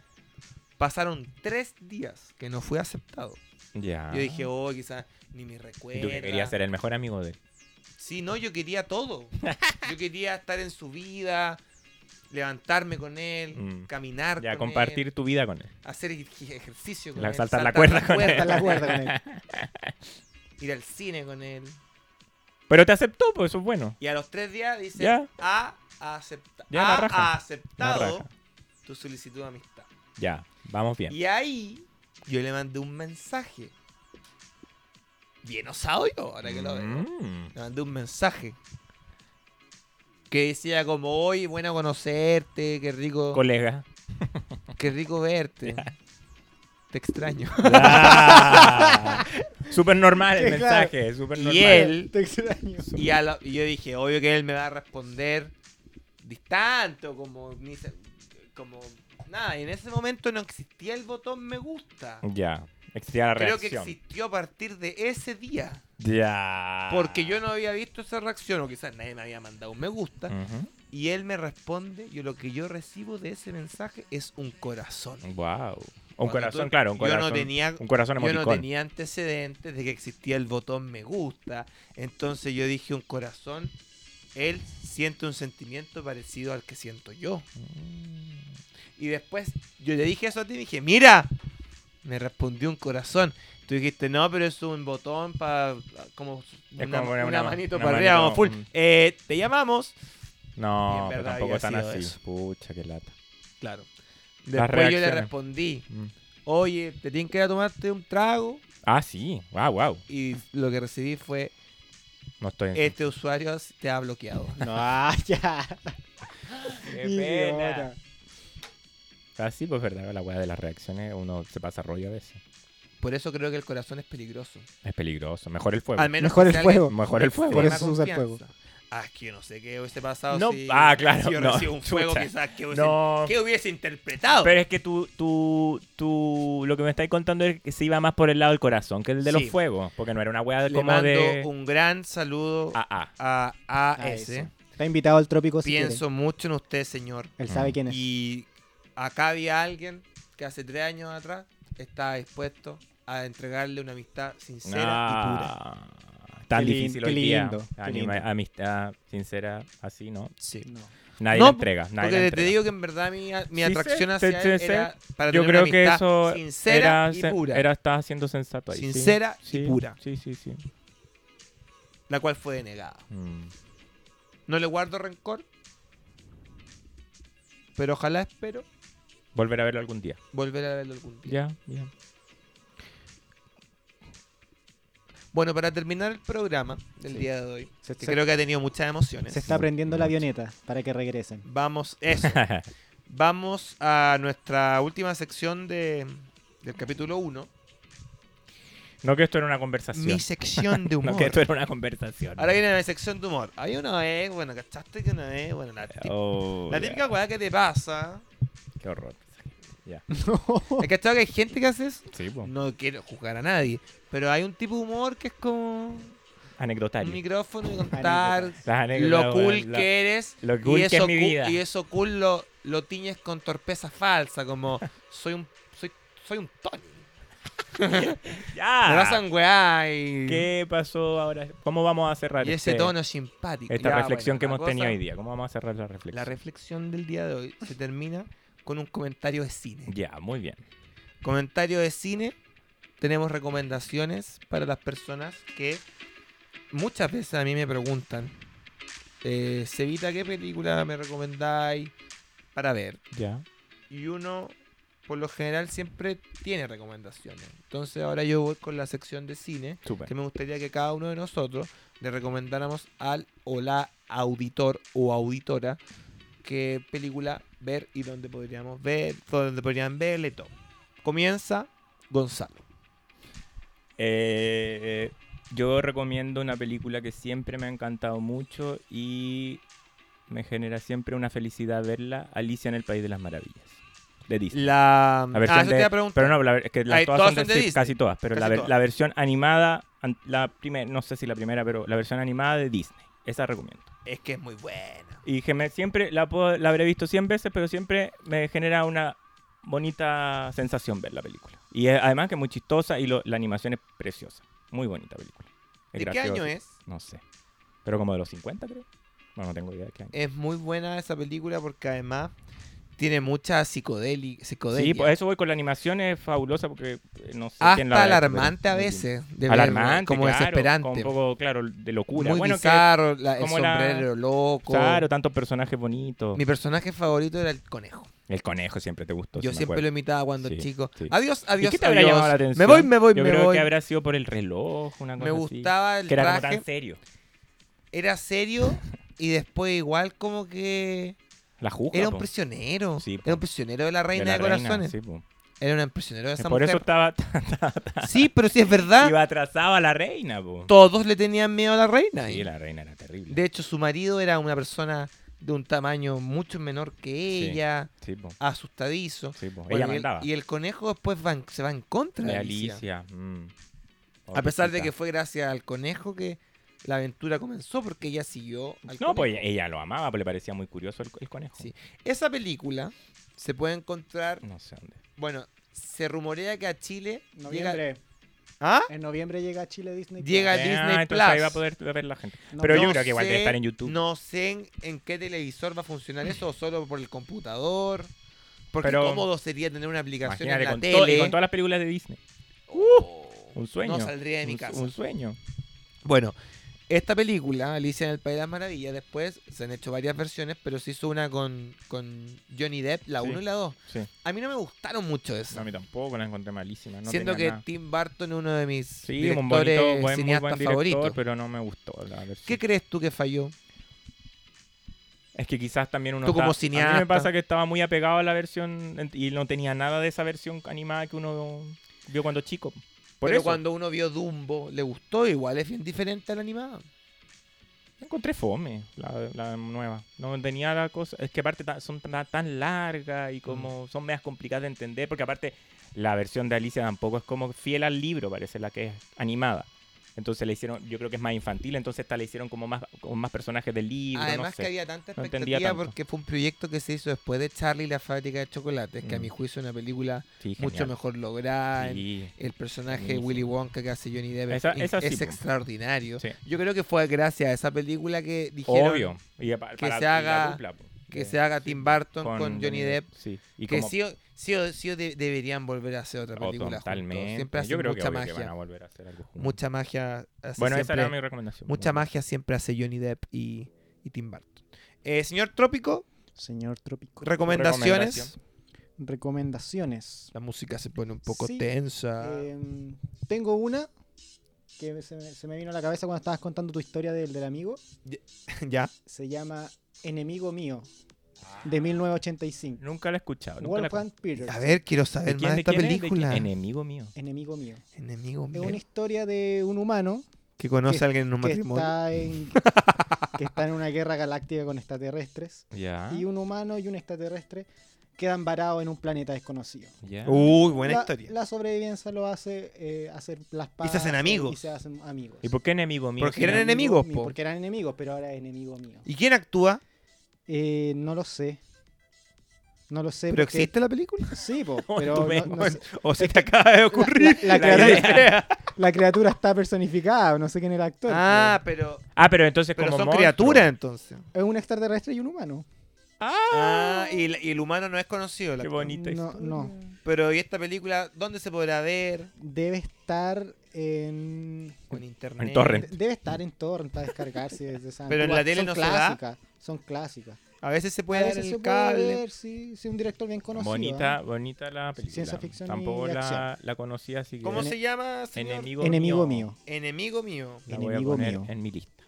Pasaron tres días que no fui aceptado.
Ya.
Yo dije, oh, quizás ni me recuerda.
Y tú que querías ser el mejor amigo de él.
Sí, no, yo quería todo. Yo quería estar en su vida, levantarme con él,
Mm.
caminar
Ya,
con
compartir
él,
tu vida con él.
hacer ej- ejercicio con
La-
él,
saltar la cuerda con él.
Está en la cuerda con él.
[LAUGHS] ir al cine con él.
Pero te aceptó, pues eso es bueno.
Y a los tres días dice,
Ya.
ha, acepta-
Ya, la
ha
raja. La
aceptado
raja.
tu solicitud de amistad.
Ya, vamos bien.
Y ahí yo le mandé un mensaje. Bien osado yo, ahora que lo veo.
Mm.
Le mandé un mensaje. Que decía como, hoy bueno conocerte, qué rico, [LAUGHS]
Colega. [LAUGHS]
qué rico verte. Te extraño. [LAUGHS]
Ah. Súper normal el
Sí, claro.
mensaje, súper normal.
Y él,
Te
[LAUGHS]
extraño.
y, a la- y yo dije, obvio que él me va a responder distante o como, ni se- como nada. Y en ese momento no existía el botón me gusta.
Ya, existía la
Creo
reacción.
que existió a partir de ese día.
Ya.
Porque yo no había visto esa reacción, o quizás nadie me había mandado un me gusta.
Mm. Ujú.
Y él me responde, yo lo que yo recibo de ese mensaje es un corazón.
Wow. Un
Cuando
corazón,
tú-
claro, un corazón.
Yo no tenía,
un corazón
yo no
emoticón.
tenía antecedentes de que existía el botón me gusta. Entonces yo dije un corazón. Él siente un sentimiento parecido al que siento yo. Y después yo le dije eso a ti y dije, mira, me respondió un corazón. Tú dijiste, no, pero es un botón para como una,
como
una
poner una ma-
manito
una
para arriba,
manito,
vamos full.
mm.
Eh, te llamamos. Y en
No, pero
verdad
tampoco
había
tan
sido
así.
eso.
Pucha, qué lata.
Claro.
Las
Después yo le
reacciones.
respondí,
Mm.
oye, te tienen que ir a tomarte un trago.
Ah, sí. Wow, wow.
Y lo que recibí fue,
No estoy en
este usuario te ha bloqueado.
No, [LAUGHS] ah, ya.
Qué
Idiota.
pena. Ah, sí, pues verdad, la weá de las reacciones, uno se pasa rollo a veces.
Por eso creo que el corazón es peligroso.
Es peligroso. Mejor el fuego.
Al menos
Mejor
que
el
sea alguien
fuego.
Mejor el
de
fuego.
Por
extrema
eso se usa el
confianza. Ah, es que yo no sé qué hubiese pasado
No,
si,
ah, claro,
si yo
no,
recibo un fuego,
chucha.
quizás que hubiese,
No.
¿qué hubiese interpretado.
Pero es que tú, tú, tú, lo que me estáis contando es que se iba más por el lado del corazón que el de
Sí.
los fuegos. Porque no era una weá
Le
como
mando
de.
un gran saludo
Ah, ah.
a
Ah,
AS.
eso. Está invitado al trópico si
Pienso mucho en usted, señor.
quiere. Él sabe quién es.
Y acá había alguien que hace tres años atrás estaba dispuesto a entregarle una amistad sincera y pura.
Ah, Tan
Qué lin-
difícil
qué
hoy día.
lindo, qué
Anima-
lindo.
amistad sincera, así, ¿no?
Sí.
No.
Nadie
No,
la entrega. Nadie
Porque
la
te
entrega.
digo que en verdad mi, mi
Sí,
atracción
sé,
hacia
sé,
él
sé.
era para
Yo
tener
creo
una
que
amistad
eso
sincera
era,
y
se-
pura,
era estaba siendo sensato ahí. sí.
Sincera y
Sí,
pura.
Sí, sí, sí.
la cual fue denegada.
Mm.
No le guardo rencor, pero ojalá espero
Volver a verlo algún día.
volver a verlo algún día.
Ya, ya.
Bueno, para terminar el programa del día de hoy,
Se,
que
se-
creo que ha tenido muchas emociones.
se está prendiendo la avioneta para que regresen.
[LAUGHS]
Vamos, eso. Vamos a nuestra última sección de, del capítulo 1.
No que esto era una conversación.
Mi sección de humor.
[LAUGHS] No que esto era una conversación.
Ahora viene la sección de humor. Hay una vez, bueno, ¿cachaste que una vez? Bueno, la, tip-
Oh,
la
ya.
típica weá que te pasa.
Qué horror. Ya.
¿Has cachado que hay gente que hace eso?
Sí, pues.
No quiero juzgar a nadie, pero hay un tipo de humor que es como. un
anecdotario.
micrófono y contar
Las anécdotas,
lo
weón,
cool
la-
que eres.
lo cool
y
que
eso
es mi
cu-
vida.
Y eso cool lo, lo tiñes con torpeza falsa,
[LAUGHS]
como soy un soy, soy un Tony. Me vas a
¡Ya!
enwear y,
Ah. ¿Qué pasó ahora? ¿Cómo vamos a cerrar
y ese
este-
tono simpático.
esta
Ya, bueno,
reflexión que
la
hemos tenido
cosa-
hoy día? ¿Cómo vamos a cerrar la reflexión?
La reflexión del día de hoy se termina con un comentario de cine.
ya, muy bien.
Comentario de cine. Tenemos recomendaciones para las personas que muchas veces a mí me preguntan, eh, Sevita, ¿qué película me recomendáis para ver?
Ya.
Y uno, por lo general, siempre tiene recomendaciones. Entonces ahora yo voy con la sección de cine,
Súper.
que me gustaría que cada uno de nosotros le recomendáramos al o la auditor o auditora qué película ver y dónde podríamos ver, dónde podrían verle y todo. Comienza Gonzalo.
Eh, yo recomiendo una película que siempre me ha encantado mucho y me genera siempre una felicidad verla, Alicia en el País de las Maravillas, de Disney.
La
La
ah,
versión
eso
de-
te iba a preguntar.
pero no, la ver- es que las
Ay,
todas
todas
son de
son de
Disney,
Disney.
casi todas, pero la,
Casi
ver-
todas.
la versión animada, an- la primera, no sé si la primera, pero la versión animada de Disney, esa recomiendo.
Es que es muy buena.
Y que me, siempre la, puedo- la habré visto 100 veces, pero siempre me genera una bonita sensación ver la película. Y eh, además que es muy chistosa y lo- la animación es preciosa. Muy bonita película. Es
¿De qué
graciosa.
año es?
No sé. Pero como de los 50, creo. No, no tengo idea de qué año.
Es muy buena esa película porque además tiene mucha psicodeli- psicodelia.
Sí, por eso voy con la animación, es fabulosa porque eh, no sé
hasta
quién la habrá hecho,
alarmante
pero
a
muy
veces. de
bien.
verlo,
Alarmante,
como
claro,
desesperante.
con Un poco, claro, de locura.
Muy
bueno, que-
bizarro, la- el
como la-
sombrero loco.
claro, tantos personajes bonitos.
Mi personaje favorito era el conejo.
El conejo siempre te gustó.
Yo
sí me
siempre
acuerdo.
lo imitaba cuando
Sí,
chico.
sí.
Adiós,
¿Y
adiós.
qué te habrá
adiós.
llamado la atención?
Me voy, me voy,
Yo
me
creo
voy.
que habrá sido por el reloj, una cosa
Me
así.
gustaba el
Que era como
traje.
tan serio.
Era serio y después igual como que
La juca,
era un
po,
prisionero.
Sí, po.
Era un prisionero de la reina de,
la reina,
corazones.
sí, po.
Era un prisionero
[LAUGHS]
de esa
Por eso
mujer. Ah.
estaba
Sí, pero si es verdad,
iba atrasada la reina, po.
todos le tenían miedo a la reina.
Sí,
Y-
la reina era terrible.
De hecho, su marido era una persona de un tamaño mucho menor que ella,
Sí, po.
asustadizo.
Sí, po.
Bueno,
Ella
y, el,
mandaba.
y el conejo después va en- se va en contra de
De
Alicia.
Alicia. mm.
A pesar de que
Pobrecita.
fue gracias al conejo que la aventura comenzó, porque ella siguió al conejo.
No, pues ella lo amaba, pues le parecía muy curioso el, el conejo.
Sí. Esa película se puede encontrar,
No sé dónde.
bueno, se rumorea que a Chile llega,
Noviembre.
¿Ah?
En noviembre llega a Chile Disney.
Llega- A
Ah,
Disney
entonces
Plus.
ahí va a poder ver la gente.
No,
Pero yo
no
creo que igual debe
sé-
estar en YouTube.
No sé en, en qué televisor va a funcionar eso, o solo por el computador. Porque
Pero-
cómodo sería tener una aplicación
Imagínate,
en la
con,
tele. Uh,
todo- y con todas las películas de Disney. Un sueño.
No saldría de mi
Un-
casa.
Un sueño.
Bueno, esta película, Alicia en el País de las Maravillas, después se han hecho varias versiones, pero se hizo una con, con Johnny Depp, la
Sí.
1 y la 2.
Sí.
A mí no me gustaron mucho
No,
eso.
a mí tampoco, la encontré malísima. No
Siento
tenía
que
nada.
Tim Burton es uno de mis
Sí, un
directores
bonito, buen, muy buen
cineastas
director,
favoritos.
pero no me gustó la versión.
¿Qué crees tú que falló?
Es que quizás también uno
Tú como
está- A mí
cineasta.
me pasa que estaba muy apegado a la versión ent- y no tenía nada de esa versión animada que uno vio cuando chico. Por
pero
eso
cuando uno vio Dumbo, le gustó, igual es bien diferente al animado.
encontré fome la, la nueva. No tenía la cosa. Es que aparte ta- son tan, tan largas y
Mm.
como son medias complicadas de entender. Porque aparte la versión de Alicia tampoco es como fiel al libro, parece la que es animada. Entonces le hicieron, yo creo que es más infantil, entonces esta le hicieron como más, con más personajes del libro.
Además
no sé.
que había tanta
No entendía
expectativa
tanto.
porque fue un proyecto que se hizo después de Charlie y la fábrica de chocolates, que a
Mm.
mi juicio es una película
Sí,
mucho
genial.
mejor lograda, en-
Sí.
El personaje
Buenísimo.
Willy Wonka que hace Johnny Depp
Esa-
es-
esa sí,
es
po.
extraordinario.
Sí.
Yo creo que fue gracias a esa película que dijeron
Obvio. Y pa-
que
para-
se
y la
haga-
dupla, po,
que
de-
se haga Tim Burton con, Johnny Depp.
Sí. Y
Que
como-
sí o, sí o- sí o de- deberían volver a hacer otra
oh,
película. juntos.
totalmente.
Siempre
Yo
hacen
creo que,
mucha
obvio que van a
magia.
volver a hacer algo juntos.
Mucha magia. hace
bueno, esa era
siempre-
mi recomendación.
mucha magia siempre hace Johnny Depp y, y Tim Burton. Eh, señor Trópico,
Señor Trópico.
recomendaciones.
Recomendación.
Recomendaciones.
La música se pone un poco
Sí,
tensa.
Em, tengo una que se me, se me vino a la cabeza cuando estabas contando tu historia del, del amigo.
[LAUGHS] ya.
Se llama Enemigo Mío, de 1985.
Nunca la he escuchado. Nunca la he
Wolfgang Peters.
A ver, quiero saber más de esta
quién es? quién?
película.
Enemigo mío.
Enemigo Mío.
Enemigo
Es
mío.
una historia de un humano
Que conoce
que-
a alguien en un
que
matrimonio. [LAUGHS]
está, en, que está en una guerra galáctica con extraterrestres.
Ah.
Ya.
Y un humano y un extraterrestre quedan varados en un planeta desconocido.
Ya.
Uy, buena
la,
historia.
La sobrevivencia lo hace eh, hacer las paces.
hacen amigos.
Y se hacen amigos.
¿Y por qué enemigo mío?
Porque
si
eran
no-
enemigos,
mío,
po.
Porque eran enemigos, pero ahora es enemigo mío.
¿Y quién actúa?
Eh, no lo sé. No lo sé.
¿Pero
porque-
existe la película?
Sí,
[LAUGHS]
po,
Oh,
pero
tú
no-
ves,
no
bueno,
sé.
O se te acaba de ocurrir.
la- la
la
crearon-
idea.
la criatura está personificada, no sé quién era el actor.
Ah, pero,
[LAUGHS] Ah, pero entonces
pero
como
son
monstruo.
criaturas entonces.
pero Es un extraterrestre y un humano.
Ah, y, la- y el humano no es conocido. el
Qué
actor.
bonita
No,
historia.
no.
Pero ¿y esta película dónde se podrá ver?
Debe estar en.
En internet.
torrent.
de- Debe estar en torrent para descargarse desde esa
Pero en la
antigua-
tele
son
no se da.
clásicas, Son clásicas.
A veces se puede
A
ver
veces
el
se puede
cable.
ver si, si un director bien conocido.
Bonita,
¿eh?
bonita la película.
Ciencia ficción y
Tampoco la,
acción.
la conocía, así que.
¿Cómo
Ene-
se llama? señor?
Enemigo,
Enemigo
mío.
mío.
Enemigo mío.
La
Enemigo
voy a poner
mío.
en mi lista.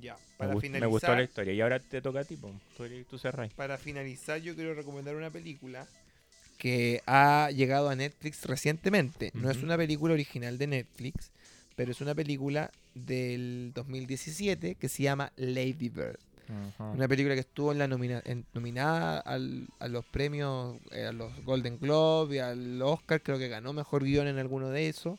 Ya.
Me,
Para
gust- me
finalizar.
gustó la historia. Y ahora te toca a ti, po. Tú, eres- tú cerrás.
Para finalizar, yo quiero recomendar una película que ha llegado a Netflix recientemente. No es
Ujú.
una película original de Netflix, pero es una película del 2017 que se llama Lady Bird. Una película que estuvo en la nomina- en- nominada al- a los premios, eh, a los Golden Globe y al Oscar, creo que ganó mejor guión en alguno de esos.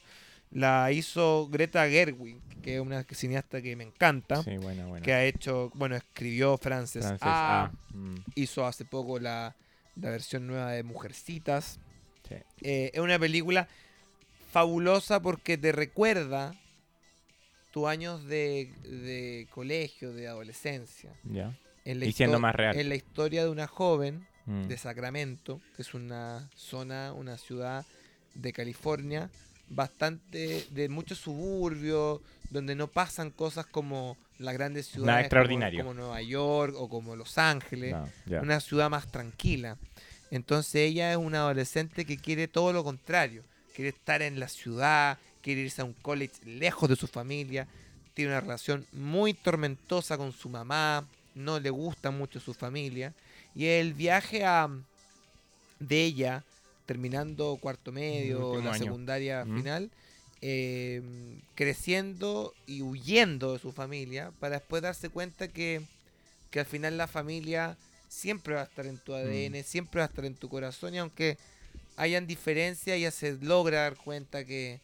La hizo Greta Gerwig, que es una cineasta que me encanta,
Sí, buena, buena.
que ha hecho, bueno, escribió Frances,
Francés
A,
A. Mm.
hizo hace poco la, la versión nueva de Mujercitas.
Sí.
Eh, es una película fabulosa porque te recuerda tus años de, de colegio, de adolescencia.
Ya.
En la
Y siendo
histo-
más real.
En la historia de una joven
Mm.
de Sacramento, que es una zona, una ciudad de California, bastante de muchos suburbios, donde no pasan cosas como las grandes ciudades como-
extraordinario.
como, Nueva York o como Los Ángeles,
No, ya.
una ciudad más tranquila. Entonces ella es una adolescente que quiere todo lo contrario, quiere estar en la ciudad, quiere irse a un college lejos de su familia, tiene una relación muy tormentosa con su mamá, no le gusta mucho su familia. Y el viaje a, de ella, terminando cuarto medio,
último
la
año.
secundaria
Ujú.
final, eh, creciendo y huyendo de su familia, para después darse cuenta que, que al final la familia siempre va a estar en tu
Mm.
ADN, siempre va a estar en tu corazón, y aunque hayan diferencias, ella se logra dar cuenta que,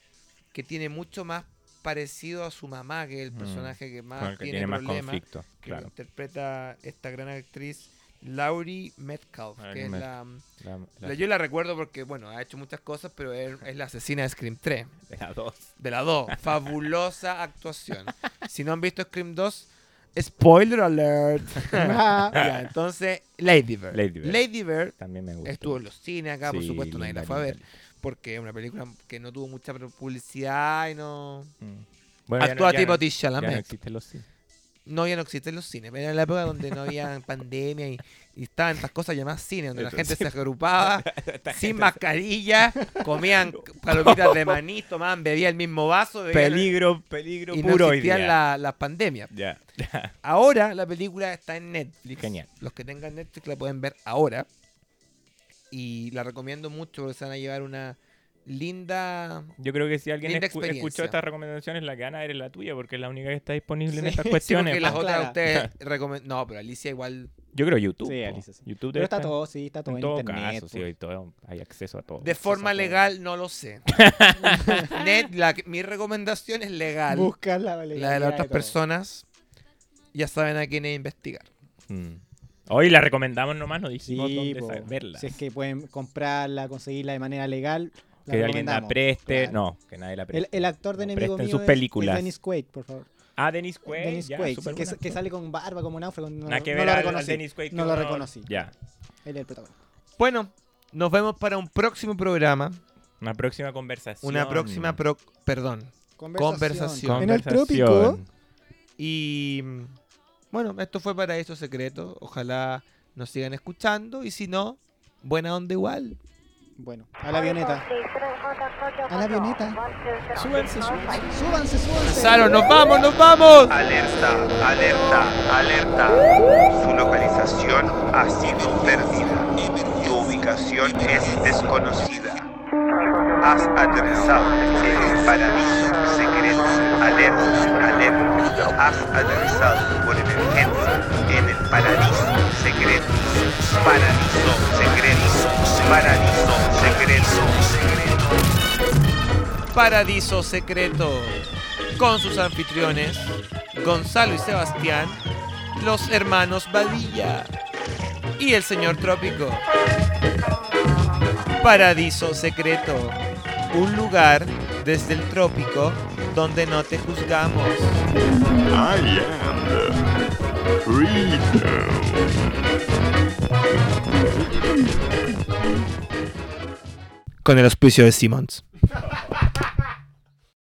que tiene mucho más parecido a su mamá, que es el
Mm.
personaje que más
Con el que
tiene,
tiene más
problemas
conflicto.
que lo
Claro.
interpreta esta gran actriz Laurie Metcalf,
Laurie
que es
Metcalf.
la,
La,
la- Yo la recuerdo porque, bueno, ha hecho muchas cosas, pero es, es la asesina de Scream 3,
de la dos.
de la 2. Fabulosa actuación. Si no han visto Scream 2, spoiler
[LAUGHS]
alert. Ya, entonces, Lady Bird.
Lady Bird.
Bird
También me gusta.
estuvo en los cines acá, por
Sí,
supuesto, nadie la
linda,
fue a ver,
linda.
porque es una película que no tuvo mucha publicidad y no...
Mm. Bueno, ya
Actúa
no- ya
tipo
no-
T.
Ya no
Chalamet.
existen los cines.
No, ya no existen los cines. Era la época donde no
[LAUGHS]
había pandemia y, y estaban estas cosas llamadas cine, donde la gente se
[LAUGHS]
agrupaba sin mascarilla, comían palomitas de maní, tomaban, bebían el mismo vaso, bebían
Peligro, peligro
y no
puro hoy
existían
día.
la- las pandemias.
Ya.
Ahora la película está en Netflix.
Genial.
Los que tengan Netflix la pueden ver ahora. Y la recomiendo mucho porque se van a llevar una linda...
Yo creo que si alguien
Linda
escu- escuchó
experiencia.
estas recomendaciones, la que gana eres la tuya, porque es la única que está disponible en
Sí,
[LAUGHS]
estas
sí,
Sí,
cuestiones.
porque las
po.
más
otras
clara.
[LAUGHS]
ustedes recomen- No, pero Alicia igual...
Yo creo YouTube.
Sí,
po.
Alicia, sí.
YouTube
Pero
debe
está
estar
todo, sí, está todo
en
en
todo
internet.
caso, sí,
pues.
hoy todo- hay acceso a todo.
De forma legal no lo
[LAUGHS]
sé. Net, la- mi recomendación es legal.
Busca la
la de
legalidad
las otras
todo.
personas ya saben a quiénes investigar.
Mm. Hoy la recomendamos nomás, no dijimos
Sí,
dónde
po.
sa- verla.
si es que pueden comprarla, conseguirla de manera legal. la
que alguien la
recomendamos.
preste.
Claro.
No, que nadie la
El,
preste.
el actor de
No,
enemigo
presten
mío
sus
es-
películas.
es Dennis Quaid, por favor.
Ah, Dennis Quaid.
Dennis
ya,
Quaid,
súper
que,
buena.
que sale con barba como náufrago. No,
Nada que
no
ver
lo
al- al
reconocí.
Dennis Quaid que
no lo
uno-
reconocí.
Ya.
Él es el protagonista.
Bueno, nos vemos para un próximo programa,
Una próxima conversación.
una próxima pro- perdón. Conversación.
En el trópico.
Conversación.
Y mm, bueno, esto fue para esos secretos. Ojalá nos sigan escuchando y si no, buena onda igual.
Bueno, a la avioneta.
A
A la avioneta.
Súbanse, súbanse.
Súbanse, súbanse.
Salo, nos vamos, nos vamos.
Alerta, alerta, alerta. Su localización ha sido perdida. Tu ubicación es desconocida. Has aterrizado en el paraíso secreto. Alerta, alerta, has aterrizado por emergencia en el paraíso secreto. Paraíso secreto. Paraíso secreto.
Paradiso Secreto, con sus anfitriones, Gonzalo y Sebastián, los hermanos Badilla y el señor Trópico. Paradiso Secreto, un lugar desde el trópico donde no te juzgamos.
I am the freedom.
Con el auspicio de Simmons.